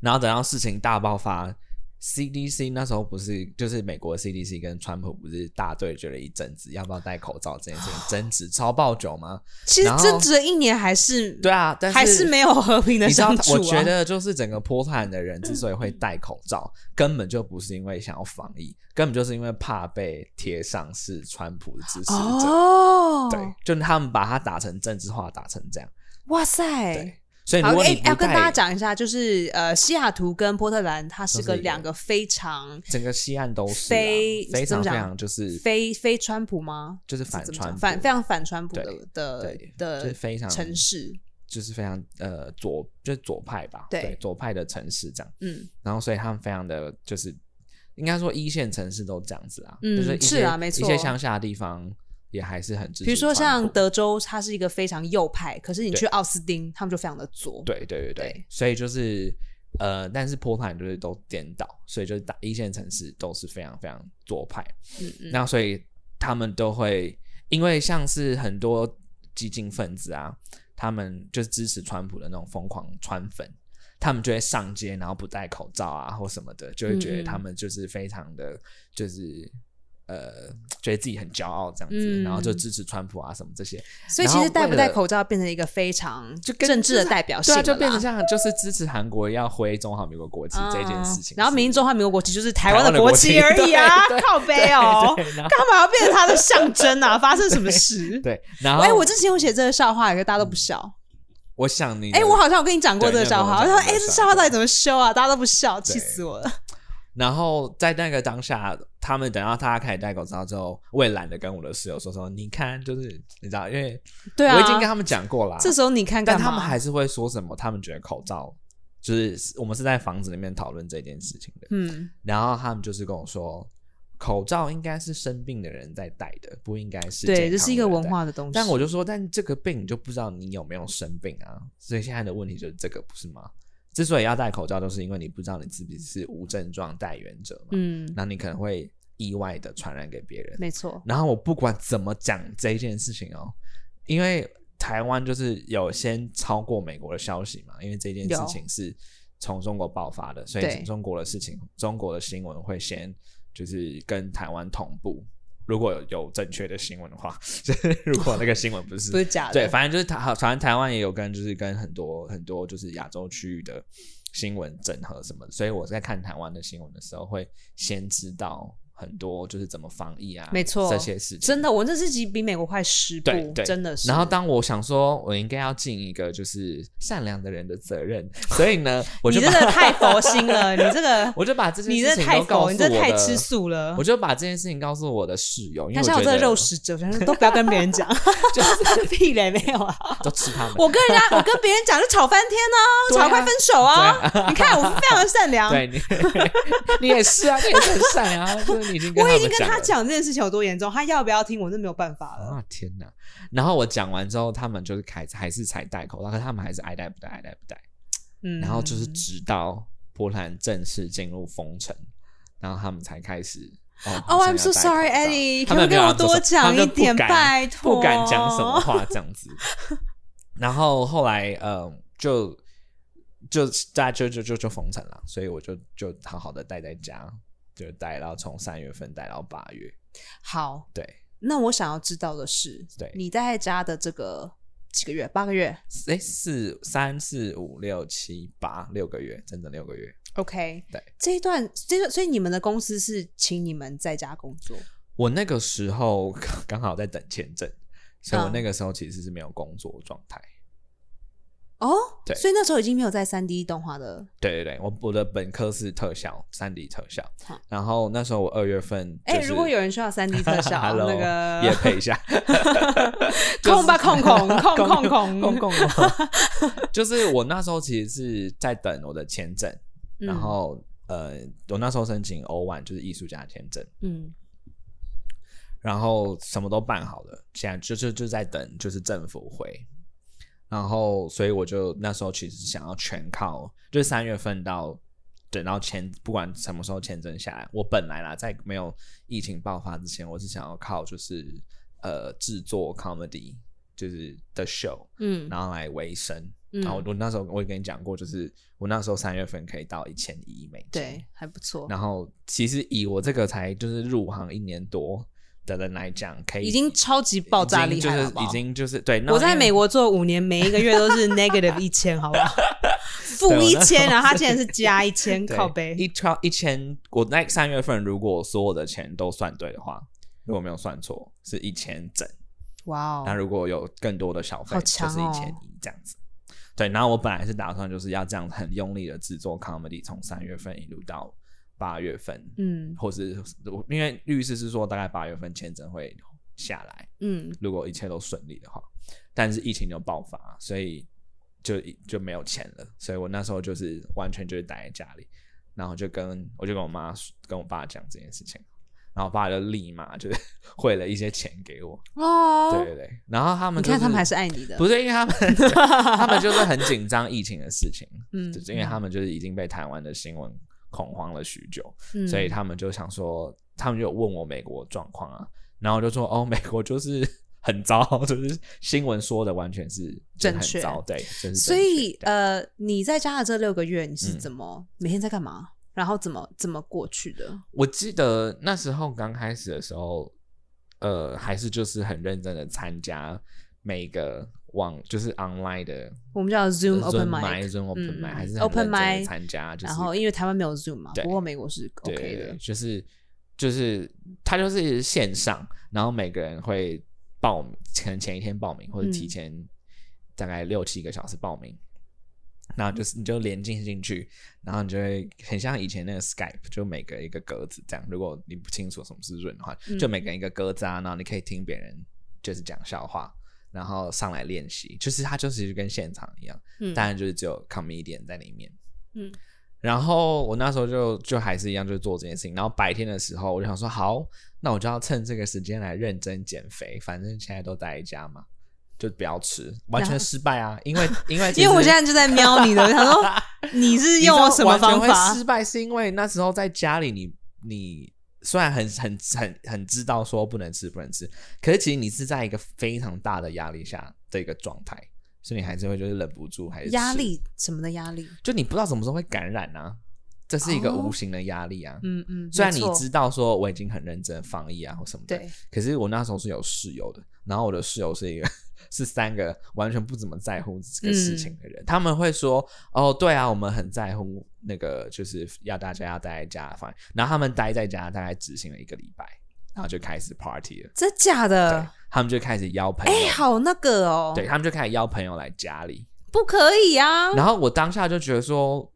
然后等到事情大爆发，CDC 那时候不是就是美国 CDC 跟川普不是大对决了一阵子，要不要戴口罩这件 事情争执超爆久吗？
其实
然后
争执了一年还是
对啊，但是
还是没有和平的
你知道
相
他，
处、啊。
我觉得就是整个波特兰的人之所以会戴口罩，根本就不是因为想要防疫，根本就是因为怕被贴上是川普的支持者。
哦，
对，，就是他们把它打成政治化，打成这样。
哇塞，
对，所以如
好，
果
哎、
你
要
不
跟大家
戴，
讲一下，就是呃，西雅图跟波特兰，它是
都是
个
一个
两个非常
整个西岸都是啊
非
非
怎么
常非
讲
常就是
非非川普吗？
就是
是
反
怎么
川
讲
普
反非常反川普的
对
的
对就是
的
非常
城市，
就是非常呃左就是左派吧，
对
左派的城市这样。
嗯
然后所以他们非常的就是，应该说一线城市都这样子啊，
嗯
就是一些
是啊没错
一些乡下的地方也还是很支持川普，
比如说像德州，它是一个非常右派，可是你
对
去奥斯汀，他们就非常的左，
对对对对，
对
所以就是呃，但是波兰就是都颠倒，所以就是打一线城市都是非常非常左派，
嗯嗯，
那所以他们都会因为像是很多激进分子啊，他们就是支持川普的那种疯狂川粉。他们就会上街，然后不戴口罩啊，或什么的，就会
嗯
觉
嗯
得他们就是非常的，就是呃，觉得自己很骄傲这样子，
嗯
然后就支持川普啊什么这些。
所以
然
其
后
实戴
为
不戴
了
口罩变成一个非常
就跟
政治的
就是
代表性
对
了
啊，
啦，
就变成像就是支持韩国要挥中华民国国旗这件事情是、
嗯然后明明中华民国国旗就是台湾
台湾的
国
国旗
而已啊，
对对
靠
对
背哦，
对然后
干嘛要变成它的象征啊？发生什么事？
对，然后
哎，我之前有写这个笑话，可是大家都不笑。
我想你，
哎，我好像有跟你讲过这
对
个笑话，我
你有
说
跟我
哎，
讲过
这笑话到底怎么修啊？大家都不笑，
对
气死我了。
然后在那个当下，他们等到大家开始戴口罩之后，我也懒得跟我的室友说说，你看，就是你知道，因为
对啊，
我已经跟他们讲过啦，
这时候你看
但
干
他们
嘛？
还是会说什么，他们觉得口罩就是我们是在房子里面讨论这件事情的，
嗯，
然后他们就是跟我说，口罩应该是生病的人在戴的，不应该是健
对，
康
这是一个
的人
文
戴
化的嗯东西。
但我就说，但这个病你就不知道你有没有生病啊，所以现在的问题就是这个，不是吗？之所以要戴口罩，都是因为你不知道你自己是无症状带源者嘛，
嗯，
那、你可能会意外的传染给别人。
没错，
然后我不管怎么讲这一件事情哦，因为台湾就是有先超过美国的消息嘛，因为这件事
有
情是从中国爆发的，所
对
以中国的事情，中国的新闻会先就是跟台湾同步。如果有有正确的新闻的话， 就是如果那个新闻不是
不是假的。
对，反正就是台，反正台湾也有跟就是跟很多很多就是亚洲区域的新闻整合什么的，所以我在看台湾的新闻的时候，会先知道很多就是怎么防疫啊，
没错
这些事情
真的，我这自己比美国快十步
对，对
真的是。
然后当我想说，我应该要尽一个就是善良的人的责任，所以呢，我
你
就
真
把
的太佛心了， 你这个
我就把这件
你
事
这
情
太
都告
佛，
诉
你这
我
太
的
吃素了
我。就把这件事情告诉我的室友，因为
看
我
像
觉
我这个
得
肉食者，我想说都不要跟别人 讲，就是屁嘞，没有啊。
都吃他们。
我跟人 家，我跟别人讲就吵翻天呢、
对
吵
啊
快分手啊！你看我非常的善良，
对你， 你也是啊，你也是很善良啊，就是你已经跟
我已经
们
跟他
了
讲这件事情有多严重，他要不要听我是没有办法了。
啊天哪！然后我讲完之后，他们就是还还是才戴口罩，可是他们还是爱戴不戴，爱戴不戴。
嗯，
然后就是直到波兰正式进入封城，然后他们才开始。哦
Oh,
好像
I'm so
要戴口罩
sorry, Eddie.
他
可不可以
们没有
跟
要
我
做
多
什么
讲
他们
一
就不
点
敢
拜
不敢讲什么
托
话这样子。然后后来，呃，就就大家就就就就封城了，所以我就就好好的待在家，就待到从三月份待到八月。
好，
对，
那我想要知道的是，
对
你在家的这个几个月，八个月
哎，四三四五六七八六个月，整整六个月。
，OK？
对，
这一段，这段，所以你们的公司是请你们在家工作，
我那个时候 刚好在等签证，所以我
嗯
那个时候其实是没有工作状态。
哦，
对
所以那时候已经没有在三 D 动画的，
对对对，我我的本科是特效，三 D 特效
好。
然后那时候我二月份、就
哎、
是，
如果有人需要 三 D 特效，
Hello，
那个
也 配一下，
控吧控 控控控控
控控控，就是我那时候其实是在等我的签证，
嗯
然后呃，我那时候申请欧万就是艺术家签证，
嗯
然后什么都办好了，现在就就就在等就是政府回，然后所以我就那时候其实想要全靠，就是三月份到等到签，不管什么时候签证下来，我本来啦在没有疫情爆发之前，我是想要靠就是呃制作 comedy 就是的 show，
嗯
然后来维生。
嗯
然后我那时候我也跟你讲过，就是我那时候三月份可以到一千一美金，
对，还不错，
然后其实以我这个才就是入行一年多的人来讲，可以
已经超级爆炸
已
厉
经就
害了
是
好不好
已经就是对。那
我在
因为
美国做五年，每一个月都是 negative 一千，好不 好？负一千，然后他竟然是加一千，
对
靠背。
一超一千，我那三月份如果所有的钱都算对的话，如果没有算错是一千整，
哇
那
哦，
如果有更多的小费
好
就
强
是
哦
一千一这样子。对，然后我本来是打算就是要这样很用力的制作 comedy，从三月份一路到八月份，
嗯
或是我因为律师是说大概八月份签证会下来，
嗯，
如果一切都顺利的话，但是疫情就爆发，所以就就没有钱了，所以我那时候就是完全就是待在家里，然后就跟我就跟我妈跟我爸讲这件事情，然后我爸就立马就是汇了一些钱给我，对
哦，
对对，然后他们、
你
就是、
看他们还是爱你的，
不是因为他 们他们就是很紧张疫情的事情，
嗯
就是因为他们就是已经被台湾的新闻恐慌了许久，
嗯
所以他们就想说，他们就有问我美国状况啊，然后我就说哦，美国就是 很糟，就是新闻说的完全是就是
正
很
确
糟，对，就是
所
正确
以
对
呃，你在家的这六个月，你是
嗯
怎么每天在干嘛？然后怎么怎么过去的？
我记得那时候刚开始的时候，呃，还是就是很认真的参加每个网就是 online 的
我们叫 Zoom Open
mic
mic，
Zoom open
嗯
mic，还是很
Open
认真地
mic，
参加，就是
然后因为台湾没有 Zoom 嘛，
对
不过美国是
对
OK 的。
就是就是它就是线上，然后每个人会报名，可能前一天报名或者
嗯
提前大概六七个小时报名，然后就是你就连进进去，然后你就会很像以前那个 Skype，就每个一个格子这样。如果你不清楚什么是润的话，
嗯
就每个人一个格子啊，然后你可以听别人就是讲笑话。然后上来练习，就是它就是跟现场一样，
嗯
当然就是只有 comedian 在里面。
嗯
然后我那时候就就还是一样，就是做这件事情。然后白天的时候，我就想说，好，那我就要趁这个时间来认真减肥，反正现在都待在家嘛，就不要吃，完全失败啊！因为因为
因为我 现在就在瞄你的，我想说你是用我什么方
你知道完全会
法
失？败，是因为那时候在家里你，你虽然很很很很知道说不能吃不能吃，可是其实你是在一个非常大的压力下的一个状态，所以你还是会就是忍不住还是吃
压，力什么的压力？
就你不知道什么时候会感染啊，这是一个
哦
无形的压力啊。
嗯嗯，
虽然你
没错
知道说我已经很认真防疫啊或什么的
对，
可是我那时候是有室友的，然后我的室友是一个 是三个完全不怎么在乎这个事情的人，他们会说哦，对啊，我们很在乎那个，就是要大家要待在家，反然后他们待在家大概执行了一个礼拜，然后就开始 party 了，
真假的
对？他们就开始邀朋
哎、
友，
好那个哦，
对，他们就开始邀朋友来家里，
不可以啊。
然后我当下就觉得说，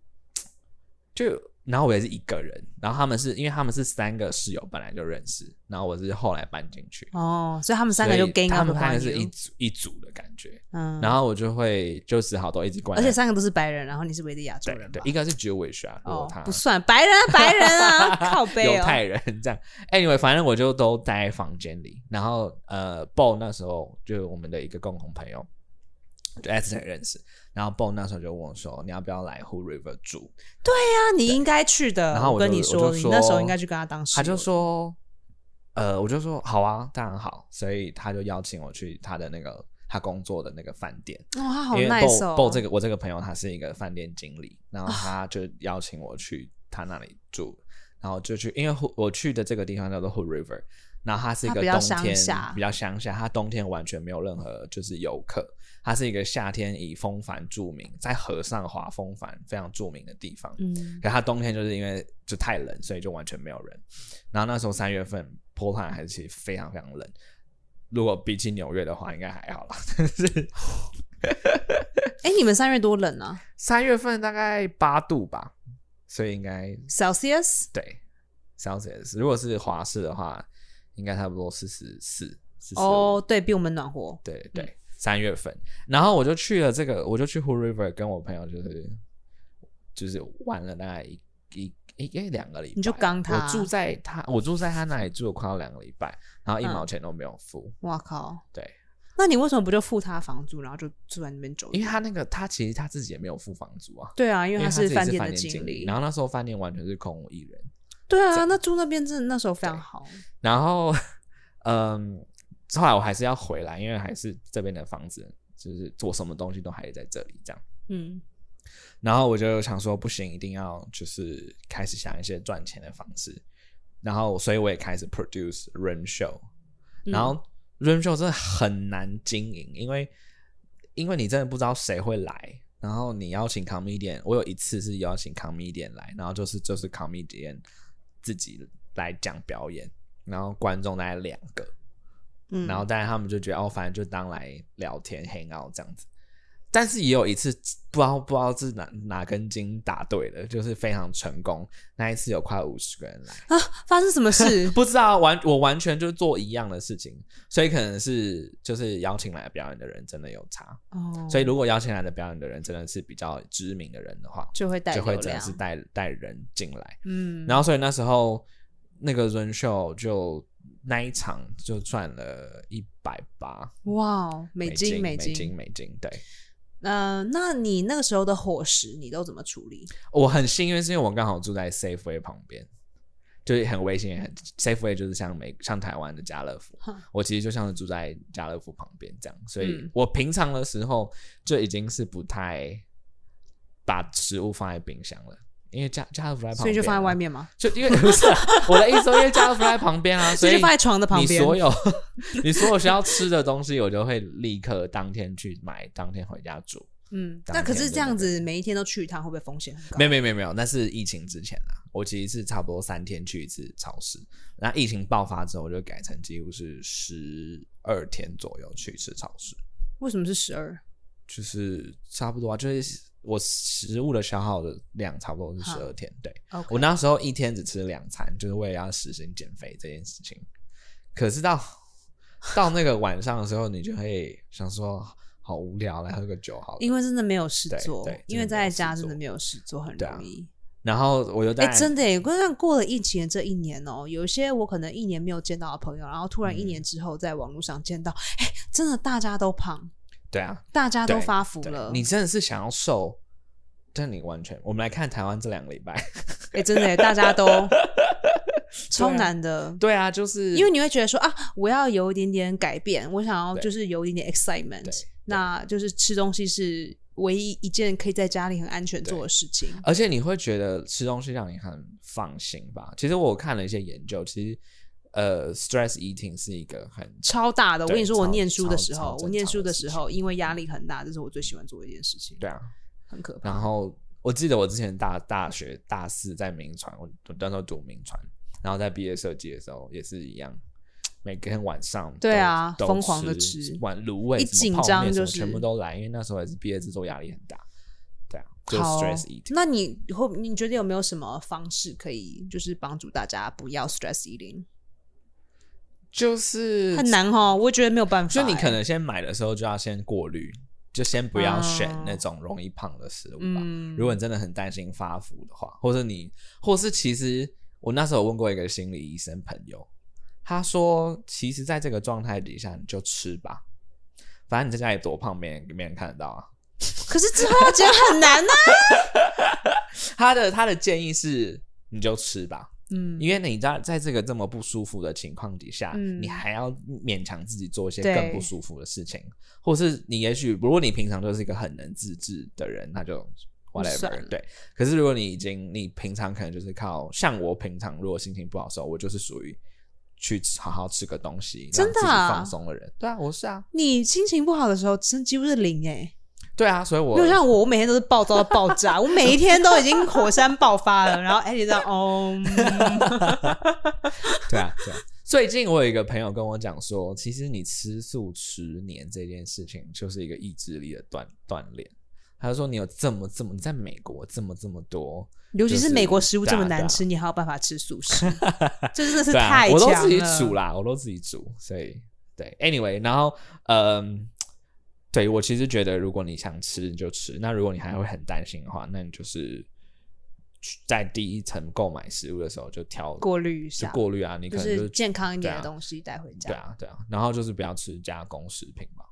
就然后我也是一个人，然后他们是因为他们是三个室友本来就认识，然后我是后来搬进去，
哦，所以他们三个就
所以
gang
他
up
们三
upon
个是一
you
组一组的感觉，
嗯，
然后我就会就只好都一直关
而
在，
且三个都是白人，然后你是唯一的亚洲
对
人吧
对，？应该是 Jewish 啊，如果
哦
他，
不算白人啊，白人 啊， 靠背
犹
哦。
太人这样。Anyway，反 正我就都待在房间里。然后呃，Bo 那时候就是我们的一个共同朋友，就 Esther 认识。然后 Bo 那时候就问我说：“你要不要来 Who River 住
那你应该去的。
然后我
呃跟
就
你
我就
你
说
那时候应该去跟他当？”室
他
友。
就说：“呃，我就说好啊，当然好。”所以他就邀请我去他的那个他工作的那个饭店。
哦，他好
因为
nice 哦。啊
Bo, Bo 这个我这个朋友他是一个饭店经理，然后他就邀请我去他那里住，然后就去，因为 Hood- 我去的这个地方叫做 Hood River，然后它是一
它
个
比
冬
较
天
乡下
比较乡下，它冬天完全没有任何就是游客，它是一个夏天以风帆著名，在河上划风帆非常著名的地方。
嗯，
可它冬天就是因为就太冷，所以就完全没有人。然后那时候三月份波兰还是其实非常非常冷，如果比起纽约的话，应该还好啦。 但是
哎，你们三月多冷啊
三月份大概八度吧，所以应该
？Celsius
对 Celsius。如果是华氏的话，应该差不多四十四、四十五。
哦，对比我们暖和。
对对，三月份。然后我就去了这个，我就去 Who River 跟我朋友就是就是玩了大概一一一一两个礼拜。
你就刚他
我住在他，我住在他那里住了快要两个礼拜，然后一
嗯
毛钱都没有付。
哇靠！
对，
那你为什么不就付他房租，然后就住在那边久一
因
点？
为他那个他其实他自己也没有付房租啊。
对啊，因
因
为
为
他
自己是
饭
店
的
经
理。
然后那时候饭店完全是空无一人，
对啊，那住那边真的那时候非常好。
然后，嗯，后来我还是要回来，因为还是这边的房子，就是做什么东西都还是在这里这样。
嗯，
然后我就想说，不行，一定要就是开始想一些赚钱的方式。然后，所以我也开始 produce run show，
嗯
然后 run show 真的很难经营，因为因为你真的不知道谁会来。然后你邀请 comedian，我有一次是邀请 comedian 来，然后就是就是 comedian 自己来讲表演，然后观众大概两个，
嗯
然后但是他们就觉得哦，反正就当来聊天 hang out 这样子。但是也有一次不知道不知道是哪哪根筋打对了，就是非常成功。那一次有快五十个人来，？
啊，发生什么事
不知道完我完全就是做一样的事情，所以可能是就是邀请来表演的人真的有差。
哦，
所以如果邀请来的表演的人真的是比较知名的人的话，
就会带
就会
流
真的
量
是带带人进来。
嗯，
然后所以那时候那个 run show 就那一场就赚了一百八
哇哦，美金
美
金。
金美金，对。
呃，那你那个时候的伙食你都怎么处理？
我很幸运，是因为我刚好住在 Safeway 旁边，就是很危险，也很 Safeway 就是像美像台湾的家乐福
哼，
我其实就像是住在家乐福旁边这样，所以
嗯
我平常的时候就已经是不太把食物放在冰箱了，因为家家乐福在旁边、啊
所以就放在外。面吗？
就因为不是啊我的意思说，因为家乐福在旁 边啊，所以
就放在床的旁边
你所有 你所有需要吃的东西，我就会立刻当天去买，当天回家煮。
嗯，
当
那可
天
是
的
这样
那个
子每一天都去一趟，会不会风险很高？
没有没有没有没有，那是疫情之前啊，我其实是差不多三天去一次超市。那疫情爆发之后，我就改成几乎是十二天左右去一次超市，
为什么是十二？
就是差不多啊，就是我食物的消耗的量差不多是十二天。对
OK
我那时候一天只吃两餐，就是为了要实行减肥这件事情。可是到到那个晚上的时候，你就会想说，好无聊，来喝个酒好了。
因为真的没有事
对
做
对，
因为
真的
在
没有事
家真
做
的没有事做，很
对啊
容易。
然后我就在、
哎、真的耶！我像过了疫情的这一年哦、有一些我可能一年没有见到的朋友，然后突然一
嗯
年之后在网络上见到，哎、真的大家都胖，
对啊，
大家都
对
发福
对
了。
你真的是想要瘦，但你完全……我们来看台湾这两个礼拜，
哎、真的耶，大家都超难的。
啊对啊，就是
因为你会觉得说啊，我要有一点点改变，我想要
对
就是有一点点
对
excitement，那就是吃东西是唯一一件可以在家里很安全做的事情。
而且你会觉得吃东西让你很放心吧？其实我看了一些研究，其实呃，stress eating 是一个很
超大的。我
对
跟你说，我
超
念书的时
超超
候，
正
我念
常
书
的
的
事
时候，因为压力很大，这是我最喜欢做的一件事情，
对啊。
很可
然
怕。
后我记得我之前大大学大四在民传，我我那时候读民传，然后在毕业设计的时候也是一样，每天晚上
对
都
啊
都
疯狂地
吃
吃
碗卤味，
一
什么
紧
泡面
张
什
就
么全部
是
都来，因为那时候也是毕业制作压力很大，对啊，就是
好
stress eating。
那你以后你觉得有没有什么方式可以就是帮助大家不要 stress eating？
就是
很，难哦，我觉得没有办法欸。
就你可能先买的时候就要先过滤，就先不要选
哦
那种容易胖的食物吧。
嗯，
如果你真的很担心发福的话，或者你，或是其实我那时候有问过一个心理医生朋友，他说，其实在这个状态底下你就吃吧，反正你在家里多胖，没人没人看得到啊。
可是之后要减很难啊呢。
他的他的建议是，你就吃吧，
嗯，
因为你在在这个这么不舒服的情况底下，
嗯
你还要勉强自己做一些
对
更不舒服的事情，或是你也许如果你平常就是一个很能自制的人，那就
算
whatever
了
对。可是如果你已经你平常可能就是靠像我平常如果心情不好的时候，我就是属于去好好吃个东西，
真的
让自己
啊
放松的人。对啊，我是啊，
你心情不好的时候，真几乎是零哎、
对啊，所以我
没有像我，我每天都是暴躁到爆炸， 我每一天都已经火山爆发了。然后哎，你知道哦， 嗯
对啊，对啊。 最近我有一个朋友跟我讲说，其实你吃素十年这件事情，就是一个意志力的锻锻炼。他就说你有这么这么，你在美国这么这么多，
尤其
就是
美国食物这么
对啊
难
对
吃，你还有办法吃素食？ 这真的是
对啊，
太
我
强了。
都自己煮啦，我都自己煮，所以对，anyway，然后嗯，对我其实觉得，如果你想吃你就吃，那如果你还会很担心的话，那你就是去在第一层购买食物的时候就挑
过滤一
就
下，
过滤啊，你
就
可能就是
健康一点的
对啊
东西带回家。
对啊，对啊，然后就是不要吃加工食品嘛，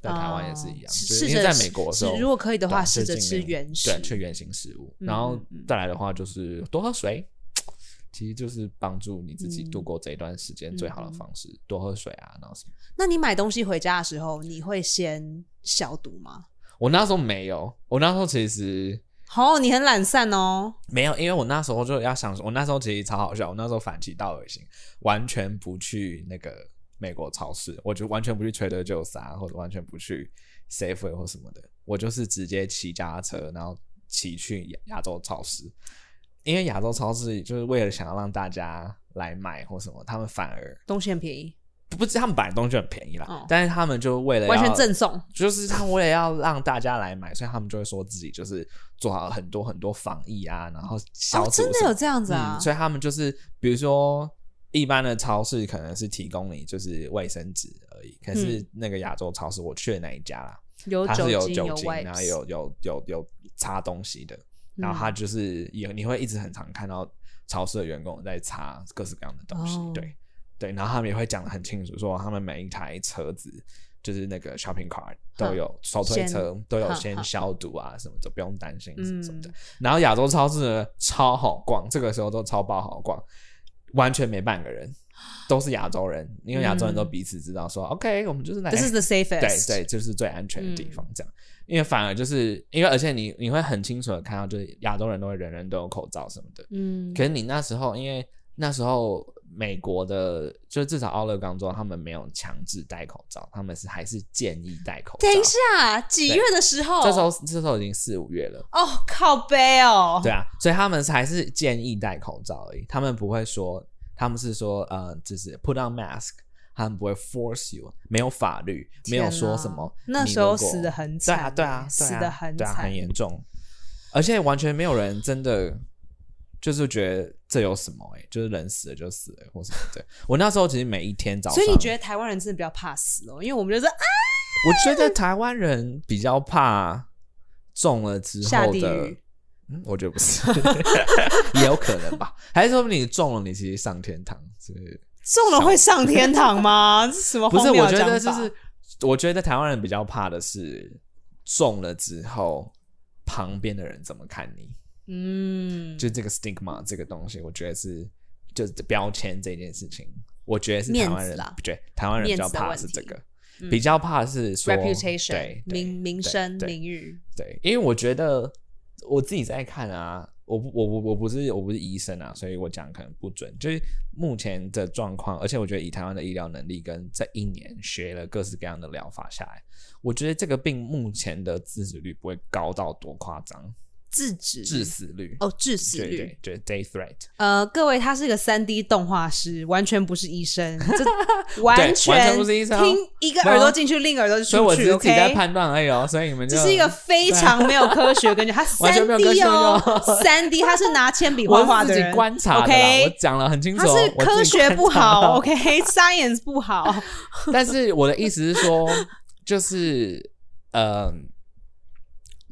在台湾也是一样，
哦
就是
试
因为
着
在美国的时候，
吃如果可以的
对啊
话，
就
试着
尽
吃
量
原
对，
食
吃原型食物，
嗯
然后
嗯嗯
再来的话就是多喝水，其实就是帮助你自己度
嗯
过这一段时间最好的
嗯嗯
方式，多喝水啊，然后什么。
那你买东西回家的时候，你会先消毒吗？
我那时候没有，我那时候其实
哦，你很懒散哦。
没有，因为我那时候就要想，我那时候其实超好笑，我那时候反其道而行，完全不去那个美国超市，我就完全不去 Trader Joe's 啊，或者完全不去 Safeway 或什么的，我就是直接骑脚踏车，然后骑去亚亚洲超市，因为亚洲超市就是为了想要让大家来买或什么，他们反而
东西很便宜，
不是他们本来东西很便宜啦，
哦
但是他们就为了
完全
要
赠送。
就是他为了要让大家来买，所以他们就会说自己就是做好很多很多防疫啊，然后消
哦，
毒什么、
真的有这样子啊
嗯，？所以他们就是比如说。一般的超市可能是提供你就是卫生纸而已，可
嗯
是那个亚洲超市我去的那一家啦，
有
它
酒
是有
精，
酒精，
wipes 嗯
然后有有有有擦东西的，然后它就是有你会一直很常看到超市的员工在擦各式各样的东西，
哦
对对，然后他们也会讲的很清楚，说他们每一台车子就是那个 shopping cart 都有手推
先
车都有
哼
先
哼
消毒啊什么的，不用担心什么什么的。
嗯
然后亚洲超市呢超好逛，这个时候都超爆好逛，完全没半个人。都是亚洲人，因为亚洲人都
嗯
彼此知道说、o k 我们就是来
，This is the
对
safest。
对，就是最安全的地
嗯
方，这样。因为反而就是因为，而且你你会很清楚的看到，就是亚洲人都会人人都有口罩什么的。
嗯，
可是你那时候，因为那时候美国的，就至少奥勒冈州，他们没有强制戴口罩，他们是还是建议戴口罩。
等一下，哦几
对
月的时候？
这时候这时候已经四五月了，
哦，靠背哦，
对啊，所以他们还是建议戴口罩而已，他们不会说，他们是说呃，就是 put on mask。他们不会 force you，没有法律，没
天
有
哪
说什么。
那
你
时候
如果
死得很
对啊，
惨
对
欸
啊，对啊
死得很
对啊，
惨
很严重，而且完全没有人真的就是觉得这有什么哎、就是人死了就死了或什么的。我那时候其实每一天早上，
所以你觉得台湾人真的比较怕死哦？因为我们就是啊，
我觉得台湾人比较怕中了之
下
后
地
的
狱，
嗯，我觉得 不是，也有可能吧。还是说你中了，你其实上天堂之类的。
中了会上天堂 吗？这是什么
不
哦荒
是，
谬
我
的
觉
讲法？
得就是，我觉得台湾人比较怕的是中了之后旁边的人怎么看你，
嗯，
就这个 stigma 这个东西，我觉得是就是标签这件事情，我觉得是台
面
湾
子
人
啦，
对台湾人比
面
较
子的
怕的
问
是这
题
个，
嗯
比较怕的是说
reputation
对对
名名
对
声
对
名誉，
对，因为我觉得我自己在看啊，我不我我我不是我不是医生啊，所以我讲可能不准。就是目前的状况，而且我觉得以台湾的医疗能力跟这一年学了各式各样的疗法下来，我觉得这个病目前的致死率不会高到多夸张，
制止
致死率。
哦，致死
对
率。
对对，day threat，
呃，各位，他是个三 D 动画师，完全不是医生，这
完全
全
不是医生哦
听一个耳朵进去，另一个耳朵就
所以我
出
只
去。
是自己在
OK，
判断而已哦。所以你们就
这是一个非常没有科学根据，他
完全
三
没有科
D
学
哦，三 D，他是拿铅笔画画
我
的
自己
人。
观察的啦
OK
我讲了很清楚
他
哦，
是
我自己
科学不
观察的
好，OK，science 不好，
但是我的意思是说，就是呃，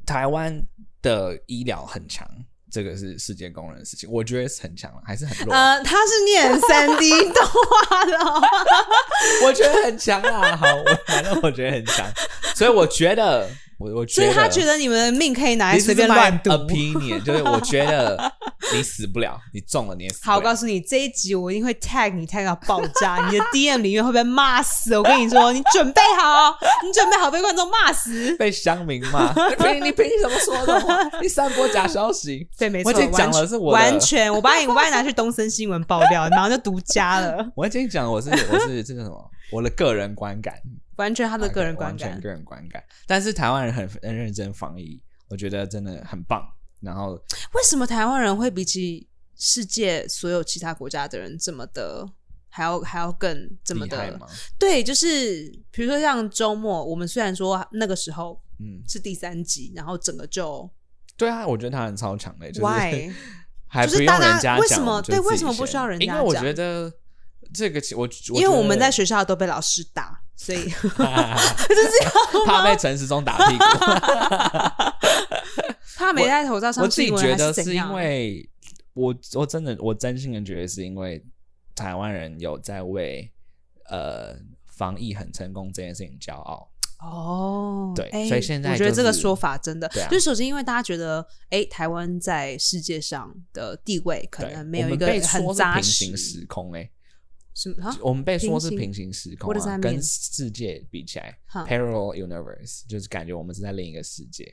台湾的医疗很强，这个是世界公认的事情，我觉得是很强，还是很弱，
呃，他是念三 D 动画的哦，
我觉得很强啊。好，我反正我觉得很 强，所以我觉得我我 觉
所以
得
他觉得你们的命可以拿来
This
随
is
便乱
my
读。
opinion，就是我觉得你死不了，你中了你也死不了。
好，我告诉你，这一集我一定会 tag 你 tag 到爆炸，你的 DM 里面会被骂死。我跟你说，你准备好，你准备好被观众骂死。
被乡民 骂，你凭你凭什么说的我？你散播假消息。
对，没
我
错
已，经
完
讲了是我的
完全，我把你我把你拿去东森新闻爆料，马上就独家了，
我跟你讲，我是我是这叫什么？我的个人观感，
完全他的个人观
完全
感。
个人观感。但是台湾人很很认真防疫，我觉得真的很棒。然后
为什么台湾人会比起世界所有其他国家的人这么的？还要还要更这么
厉害
的
吗？
对，就是比如说像周末，我们虽然说那个时候
嗯，
是第三集，然后整个就
对啊，我觉得他很超强的，就是
why
还
就是
不用
大家
人家
为
讲
什么
就
对
自己
为什么不需
先
要人
因
家
为我
讲
觉得这个其我
因为我们在
学
学校都被老师打，所 以
怕被陈时中打屁股。
他没戴口罩上
我自己
新闻
觉
还
得
怎
是因
样？
为我我真的我真心的觉得是因为台湾人有在为呃防疫很成功这件事情骄傲。
哦，
对
哎
所以现在
我觉得
就
这个
是
说法真的，
对啊
就是首先因为大家觉得，哎，台湾在世界上的地位可
对，
能没有
我
一
们
个
被
很
说是
扎
平
实
行，时空哎、
什么啊？
我们被说是
平行
平行时空
What does
啊，
that
跟
mean？
世界比起来
哈
，parallel universe 就是感觉我们是在另一个世界，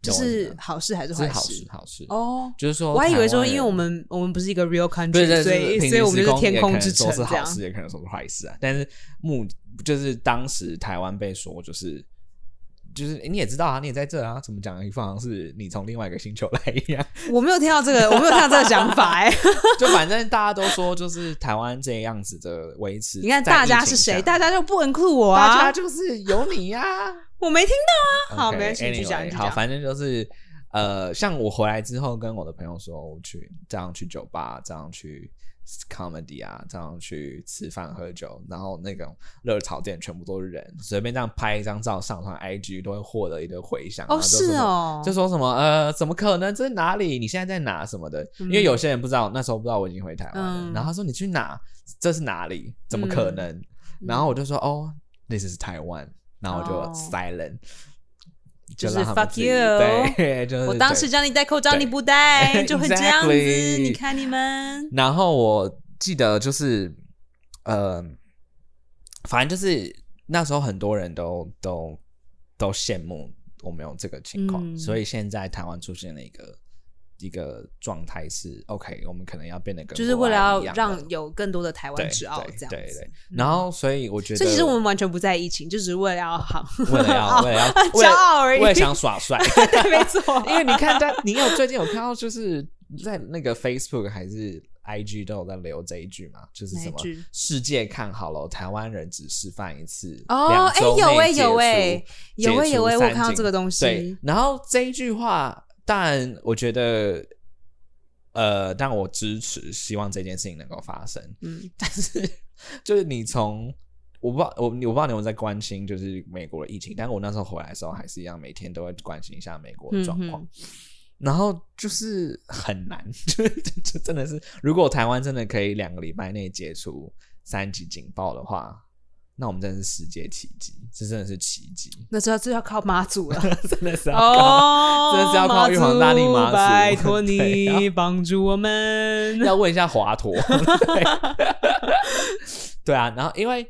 就
懂我意思
是
吗
好事还是
这
坏
是好
事？
好事，
哦，
就是说
我还以为
台
说，
湾
因为
人
我们我们不是一个 real
对
country，
对，
所
就是
以
平
所以
行
我们就
时
是
空
天
也
空
可
之
能
城
说是
这
好
样。
事，也可能说是坏事啊。但是目就是当时台湾被说就是。就是你也知道啊，你也在这啊，怎么讲？一副好像是你从另外一个星球来一样。
我没有听到这个，我没有听到这个想法 哎。
就反正大家都说，就是台湾这样子的维持。
你看大家是谁？大家就不 include 我
大家
啊，
就是有你呀、
我没听到啊。 好，
OK，
没关系，你继续讲，
anyway，
你继续
好，
讲。
反正就是呃，像我回来之后，跟我的朋友说，哦我去这样去酒吧，这样去 comedy 啊，这样去吃饭喝酒，然后那种热炒店全部都是人，随便这样拍一张照上传 IG 都会获得一堆回响。然
哦，
后就说
是。哦，
就啊说什么呃，怎么可能？这是哪里？你现在在哪？什么的？因为有些人不知道，那时候不知道我已经回台湾了。
嗯
然后他说你去哪？这是哪里？怎么可能？然后我就说哦，this is Taiwan，然后我
哦
就 silent，、
就是
让他们
fuck
自己
you
对， 就是
我当时
对。
叫你戴口罩，
呃对
你不戴，
Exactly
就会这样 子。你看你们，
然后我记得就是，呃，反正就是那时候很多人都都都羡慕我们有这个情况，
嗯
所以现在台湾出现了一个。一个状态是 OK，我们可能要变得跟
就是
国
为了
外
要
一样了
让有更多的台
对
湾之傲
对
这样
对对
子。嗯
然后所以我觉得，
所以其实我们完全不在意疫情，就只是为了要好，
为了要为了要为
骄
了
傲而已。
为了想 耍帅，
对，没错，
因为你看 他，你有最近有看到就是在那个 Facebook 还是 IG 都有在留这一句嘛，就是什
哪
么
一句
世界看好了，台湾人只示范一次
哦
两周内
哎有哎
解
有
除
哎有哎
解除
有哎我
三
看到
禁
这个东西
对，然后这一句话，但我觉得。呃，但我支持，希望这件事情能够发生。
嗯，
但是 就是你从我不知道我我不知道你有没有在关心就是美国的疫情，但是我那时候回来的时候还是一样，每天都会关心一下美国的状况。
嗯
然后就是很难， 就是就真的是，如果台湾真的可以两个礼拜内解除三级警报的话，那我们真的是世界奇迹，这真的是奇迹，
那这要这要靠妈祖了。
真的 是要靠
哦，
真的是要靠玉皇大帝妈祖
拜托
对
你帮助我 们。
要问一下华佗。对对啊，然后因为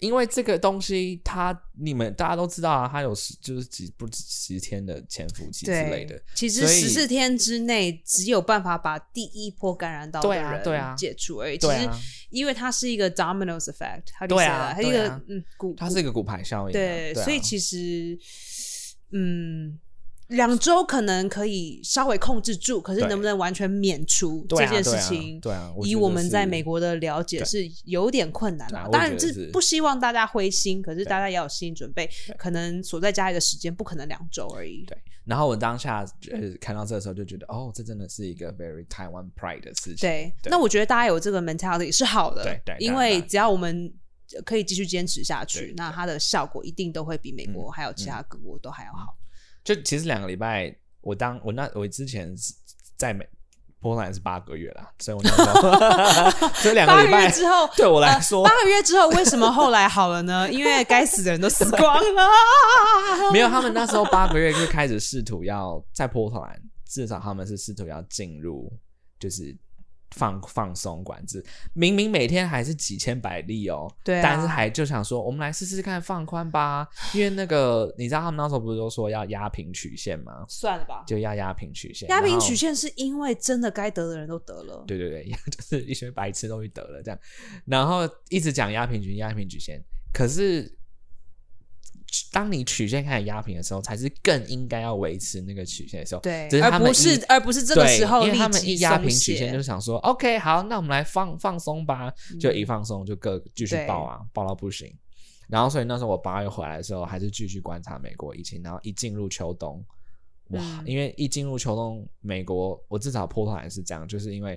因为这个东西它，你们大家都知道啊，它有十就是几不止十天的潜伏期之类的
对，，其实
所以
十四天之内只有办法把第一波感染到的
对啊对啊
人解除而已。
对
其实
啊，
因为它是一个 dominoes effect，它
对啊
它是一
对
个、
啊
嗯股，
它是一个骨牌效应啊、
对，
啊
所以其实嗯，两周可能可以稍微控制住，可是
对
能不能完全免除
对
这
啊
件事
对啊
情？
对啊，
以
觉
我
得
们
是
在美国的了解
对
是有点困难
对啊
啦，
我
当
也
然
觉得
这
是
不希望大家灰心，可是
对
大家也要有心理准备，可能锁在家里的时间不可能两周而已。
对。然后我当下呃看到这的时候就觉得，哦，这真的是一个 very Taiwan pride 的事情。
对，
对
那我觉得大家有这个 mentality 是好的，
对对
因
当然当
为
然
只要我们呃可以继续坚持下
对
去
对，嗯
那它的效果一定都会比美国还有其他各国都还要好。
就其实两个礼拜，我当我那我之前是在美波兰是八个月啦，所以我那时候， 所以两
八
个
个
礼拜
月之后，
对我来 说、
八个月之后为什么后来好了 呢？因为该死的人都死光了。
没有，他们那时候八个月就开始试图要在波特兰，至少他们是试图要进入就是放放松管制。明明每天还是几千百例哦，
对啊
但是还就想说我们来试试看放宽吧，因为那个你知道他们那时候不是都说要压平曲线吗？
算了吧，
就要压平曲线，
压平
然后
曲线是因为真的该得的人都得了。
对对对， 就是一些白痴东西得了这样，然后一直讲压平均压平均线，可是当你曲线开始压平的时候，才是更应该要维持那个曲线的时候。
对
只，是
而
他们
不是
一
而不是这个
对
时候
因为
立
他们
即
一压
松
平曲
懈
线就是想说，OK，好，那我们来放放松吧，就
嗯
一放松就各继续
对
爆啊，爆到不行。然后所以那时候我八月回来的时候，还是继续观察美国疫情，然后一进入秋冬，哇，
嗯
因为一进入秋冬，美国我至少波特兰是这样，就是因为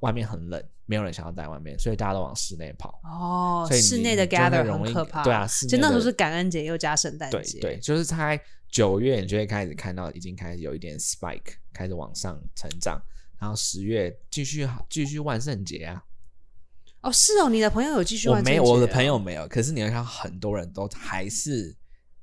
外面很冷，没有人想要待外面，所以大家都往室内跑。
哦，
所以你
室内的
就会
gather
容
很
易
可怕。
对啊室
就
内
那时候
的
是感恩节又加圣诞
对
节，
对，就是在九月，你就会开始看到已经开始有一点 spike，开始往上成长。然后十月继续继续万圣节啊，
哦，是哦，你的朋友有继续
我
玩
没有，
春节
我
哦
的朋友没有。可是你会看到很多人都还是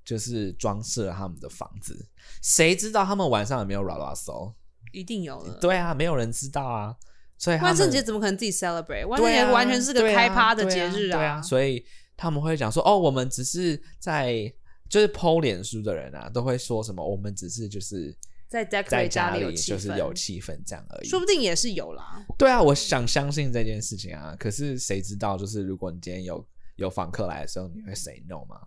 就是装饰了他们的房子，谁知道他们晚上有没有 r a r a s o
一定有了。
对啊，没有人知道啊。所以他们
万圣节怎么可能自己 celebrate？万圣
对
节
啊
完全是个
对啊
开趴的
对
节日
啊对所以他们会讲说哦，我们只是在就是剖脸书的人啊，都会说什么我们只是就是
在 decorate
在
家里有
里
气
就是
氛
有气氛这样而已。
说不定也是有啦。
对啊，我想相信这件事情啊，可是谁知道就是如果你今天有有访客来的时候，你会 say no 吗？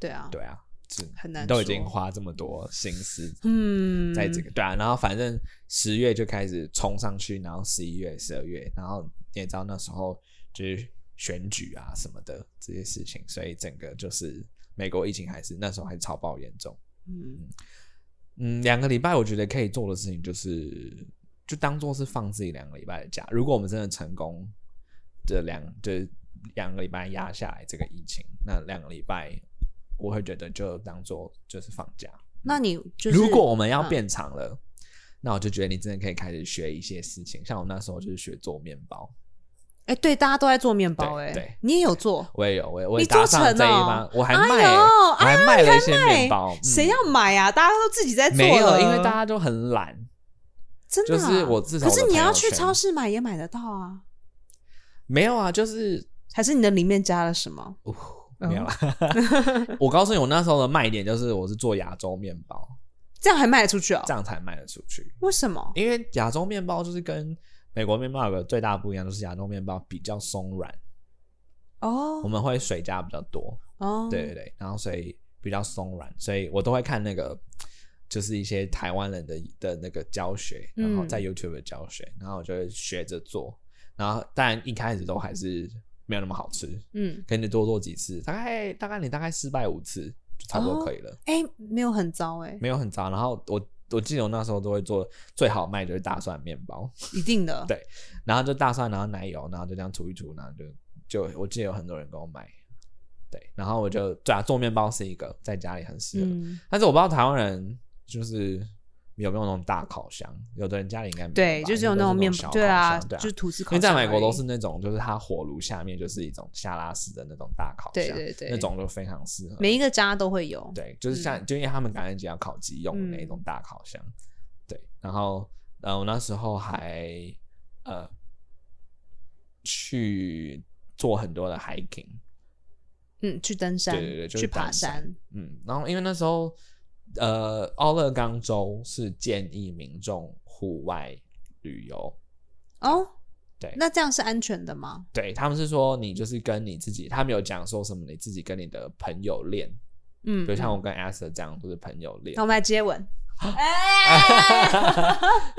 对啊，
对啊，是
很难
都已经
说
花这么多心思
嗯，
在这个、对啊，然后反正十月就开始冲上去，然后十一月、十二月，然后你也知道那时候就是选举啊什么的这些事情，所以整个就是美国疫情还是那时候还是超爆严重。
嗯，
嗯，两个礼拜我觉得可以做的事情就是，就当做是放自己两个礼拜的假。如果我们真的成功这两就是两个礼拜压下来这个疫情，那两个礼拜我会觉得就当做就是放假。
那你就是
如果我们要
嗯
变长了，那我就觉得你真的可以开始学一些事情。像我那时候就是学做面包，
哎、对，大家都在做面包、
对
哎，
对
你也有做，
我也有，我也我
你
也
做
搭上
成
这一
哦
班，我还
哎
卖、欸
呦
我还嗯卖了一些
卖
面包，嗯
谁、要买啊？大家都自己在做
没有？
了，
因为大家都很懒。
真的啊、
就是我至少
可是
我的
你
朋
要
友
去
圈
超市买也买得到啊，
没有啊，就是
还是你的里面加了什么？
哦，没有啦。我告诉你，我那时候的卖点就是我是做亚洲面包，
这样还卖得出去哦？
这样才卖得出去。
为什么？
因为亚洲面包就是跟美国面包有个最大不一样，就是亚洲面包比较松软，我
哦
们会水加比较多。
哦，
对对对，然后所以比较松软，所以我都会看那个，就是一些台湾人的的那个教学，
嗯
然后在 YouTube 的教学，然后我就会学着做，然后当然一开始都还是没有那么好吃，
嗯，
可你多做几次，大概大概你大概失败五次就差不多可以了，
哎、没有很糟哎、
没有很糟。然后我我记得我那时候都会做最好卖就是大蒜面包，
一定的，
对然后就大蒜，然后奶油，然后就这样涂一涂，然后就就我记得有很多人跟我买，对，然后我就对啊，做面包是一个在家里很适合，
嗯，
但是我不知道台湾人就是。有没有那种大烤箱？有的人家里应该没有吧，
对，就只有
因为
那
都
种
是
面
小
包，
烤
对啊，
箱对啊，
就是吐司烤
因为
箱，
在美国都是那种，就是它火炉下面就是一种下拉式的那种大烤箱，
对对对嗯
那种就非常适合。
每一个家都会有，
对，就是像、就因为他们感恩节要烤鸡用的那
嗯
种大烤箱，对。然后呃，我那时候还呃去做很多的 hiking，
嗯，去登山，
对对对就是
去爬
登山嗯，然后因为那时候，呃，奥勒冈州是建议民众户外旅游，
哦。
对
那这样是安全的吗？
对他们是说你就是跟你自己，他们有讲说什么你自己跟你的朋友练，
嗯，
比如像我跟 Esther 这样都是朋友 练
那，我们来接吻。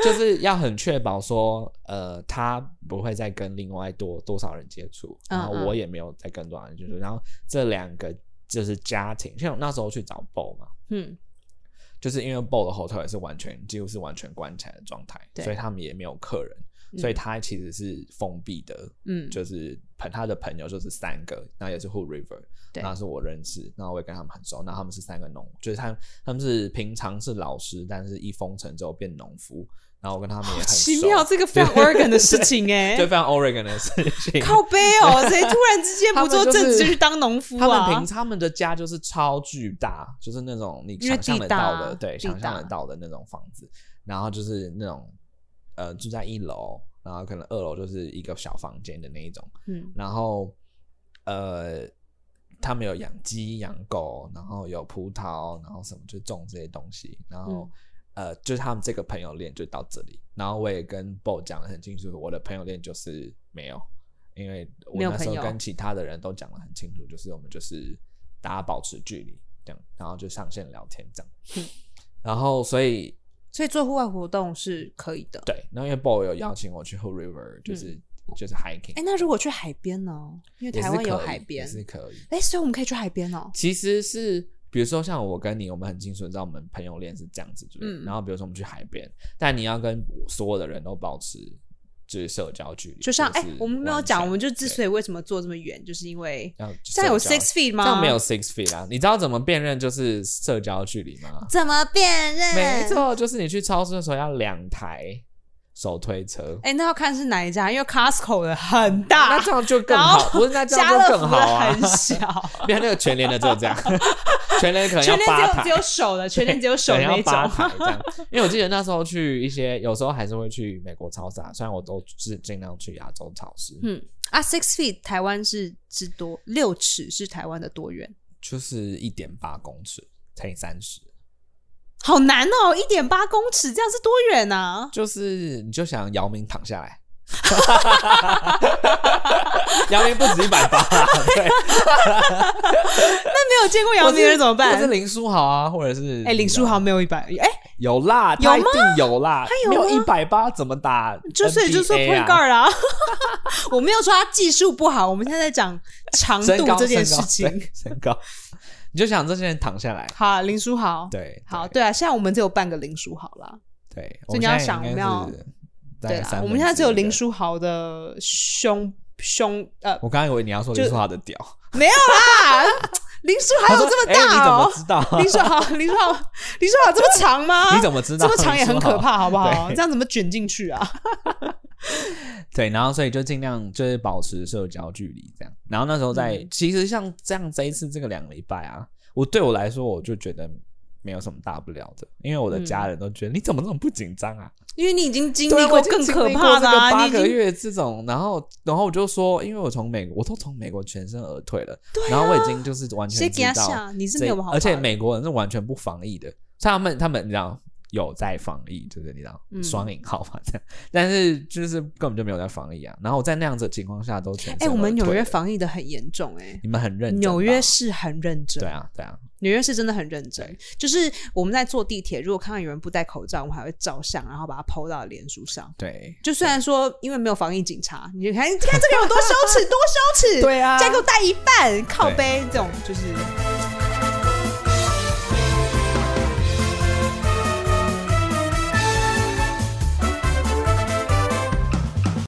就是要很确保说，呃，他不会再跟另外多多少人接触，
嗯
然后
嗯
我也没有再跟多少人接触，然后这两个就是家庭，像我那时候去找 BO 嘛，
嗯
就是因为 BO 的 hotel 也是完全几乎是完全关起来的状态，
对
所以他们也没有客人，
嗯
所以他其实是封闭的，
嗯，
就是朋他的朋友就是三个，那也是 Hood River，
对
那是我认识，那我也跟他们很熟，那他们是三个农，就是他们他们是平常是老师，但是一封城之后变农夫，然后我跟他们也很熟，
奇妙，这个非常 Oregon 的事情哎、
就非常 Oregon 的事情。
靠背 哦，谁突然之间不做
他们
正
就是
职去当农夫
他
啊？
们平他们的家就是超巨大，就是那种你
因为
想象
地
得
大
到
啊
的，对，
地
想象
大
得到的那种房子，然后就是那种呃住在一楼，然后可能二楼就是一个小房间的那一种，
嗯
然后呃，他们有养鸡、养狗，然后有葡萄，然后什么就种这些东西，然后、
嗯
呃，就是他们这个朋友链就到这里。然后我也跟 Bo 讲的很清楚，我的朋友链就是没有，因为我
没有
那时
朋
候
友
跟其他的人都讲的很清楚，就是我们就是大家保持距离这样，然后就上线聊天这样。
嗯
然后所以
所以做户外活动是可以的。
对，然后因为 Bo 有邀请我去 Hood River，就是、就是 hiking，
嗯哎、那如果去海边呢？因为
也
台
是
湾有
可以
海
也
边，
是可以。
哎、所以我们可以去海边哦。
其实是比如说像我跟你，我们很清楚知道我们朋友链是这样子，就是、
嗯
然后比如说我们去海边，但你要跟所有的人都保持就是社交距离，
就像哎、
是
我们没有
完全
讲，我们就之所
对
以为什么坐这么远，就是因为
要
现在有
社交
six feet 吗？
这样没有 six feet 啊，你知道怎么辨认就是社交距离吗？
怎么辨认？
没。错，就是你去超市的时候要两台手推车。
哎、那要看是哪一家，因为 Costco 的很大
那，这样就更
然
好，
后
不是那这
家
样
乐
就
福
更好啊！
的很小，
没有那个全联的只 有这样，全联 可能要
全
八
天只有
台
只，有手 的，全天只有手
可能
那
要八
种。
台这样。因为我记得那时候去一些，有时候还是会去美国超市啊，虽然我都是尽量去亚洲超市，
嗯 啊，six feet 台湾是之多，六尺是台湾的多远？
就是一点八公尺乘以三十，
好难哦，一点八公尺，这样是多远啊？
就是你就想姚明躺下来。姚明不止一百八，对，
那没有见 过姚明的人怎么办
或？是林书豪啊，或者是
哎、林书豪没有一百，哎、
有啦，
有吗
他一定有啦，
有
没有一
吗
百八怎么打 NBA 啊？
就所以就说 point guard 啦、 我没有说他技术不好，我们现在在讲长
身
度
高
这件
身
事
高
情
对。身高，你就想这些人躺下来，
好，林书豪，
对，
好，
对
对啊，现在我们只有半个林书豪啦，
对，
所以你要
现在
想
应该
我们要
是大概
对啦
三，
我们
分
现在
之
只有
一
林
的
书豪的胸胸呃
我刚刚以为你要说林书豪的 屌，
没有啦，林书豪
他
有
说
这么
哎
大哦、
你怎么知道啊？
林书豪，林书豪，林书豪这么长吗？
你怎么知道
这么长也很可怕，好不好？
对
这样怎么卷进去啊？
对，然后所以就尽量就是保持社交距离这样。然后那时候在，
嗯
其实像这样这一次这个两个礼拜啊，我对我来说我就觉得没有什么大不了的，因为我
嗯
的家人都觉得、你怎么这么不紧张啊？
因为你已经经
对
历
啊，我
过
已经
更
经
可
历过
怕
这
的
个
啊，
八
你已
个
经
月这种，然后然后我就说，因为我从美国，我都从美国全身而退了，然后我已经就是完
啊谁
全
给
知
他
道
下，你是
这
没有好
而且
怕的
美国人是完全不防疫的，像他们他们你知道有在防疫，就是你知道
嗯
双引号嘛这样，但是就是根本就没有在防疫啊。然后我在那样子的情况下都全
哎、
身
我们
而
纽
退
约
了
防疫的很严重哎、
你们很认真吧，
纽约是很认真，
对啊对啊，
纽约是真的很认真
对。
就是我们在坐地铁，如果看到有人不戴口罩，我们还会照相，然后把它 PO 到脸书上。
对
就虽然说因为没有防疫警察，你就看 你看这个人有多羞耻，多羞耻，
对啊
再给我戴一半靠
对
背这种就是。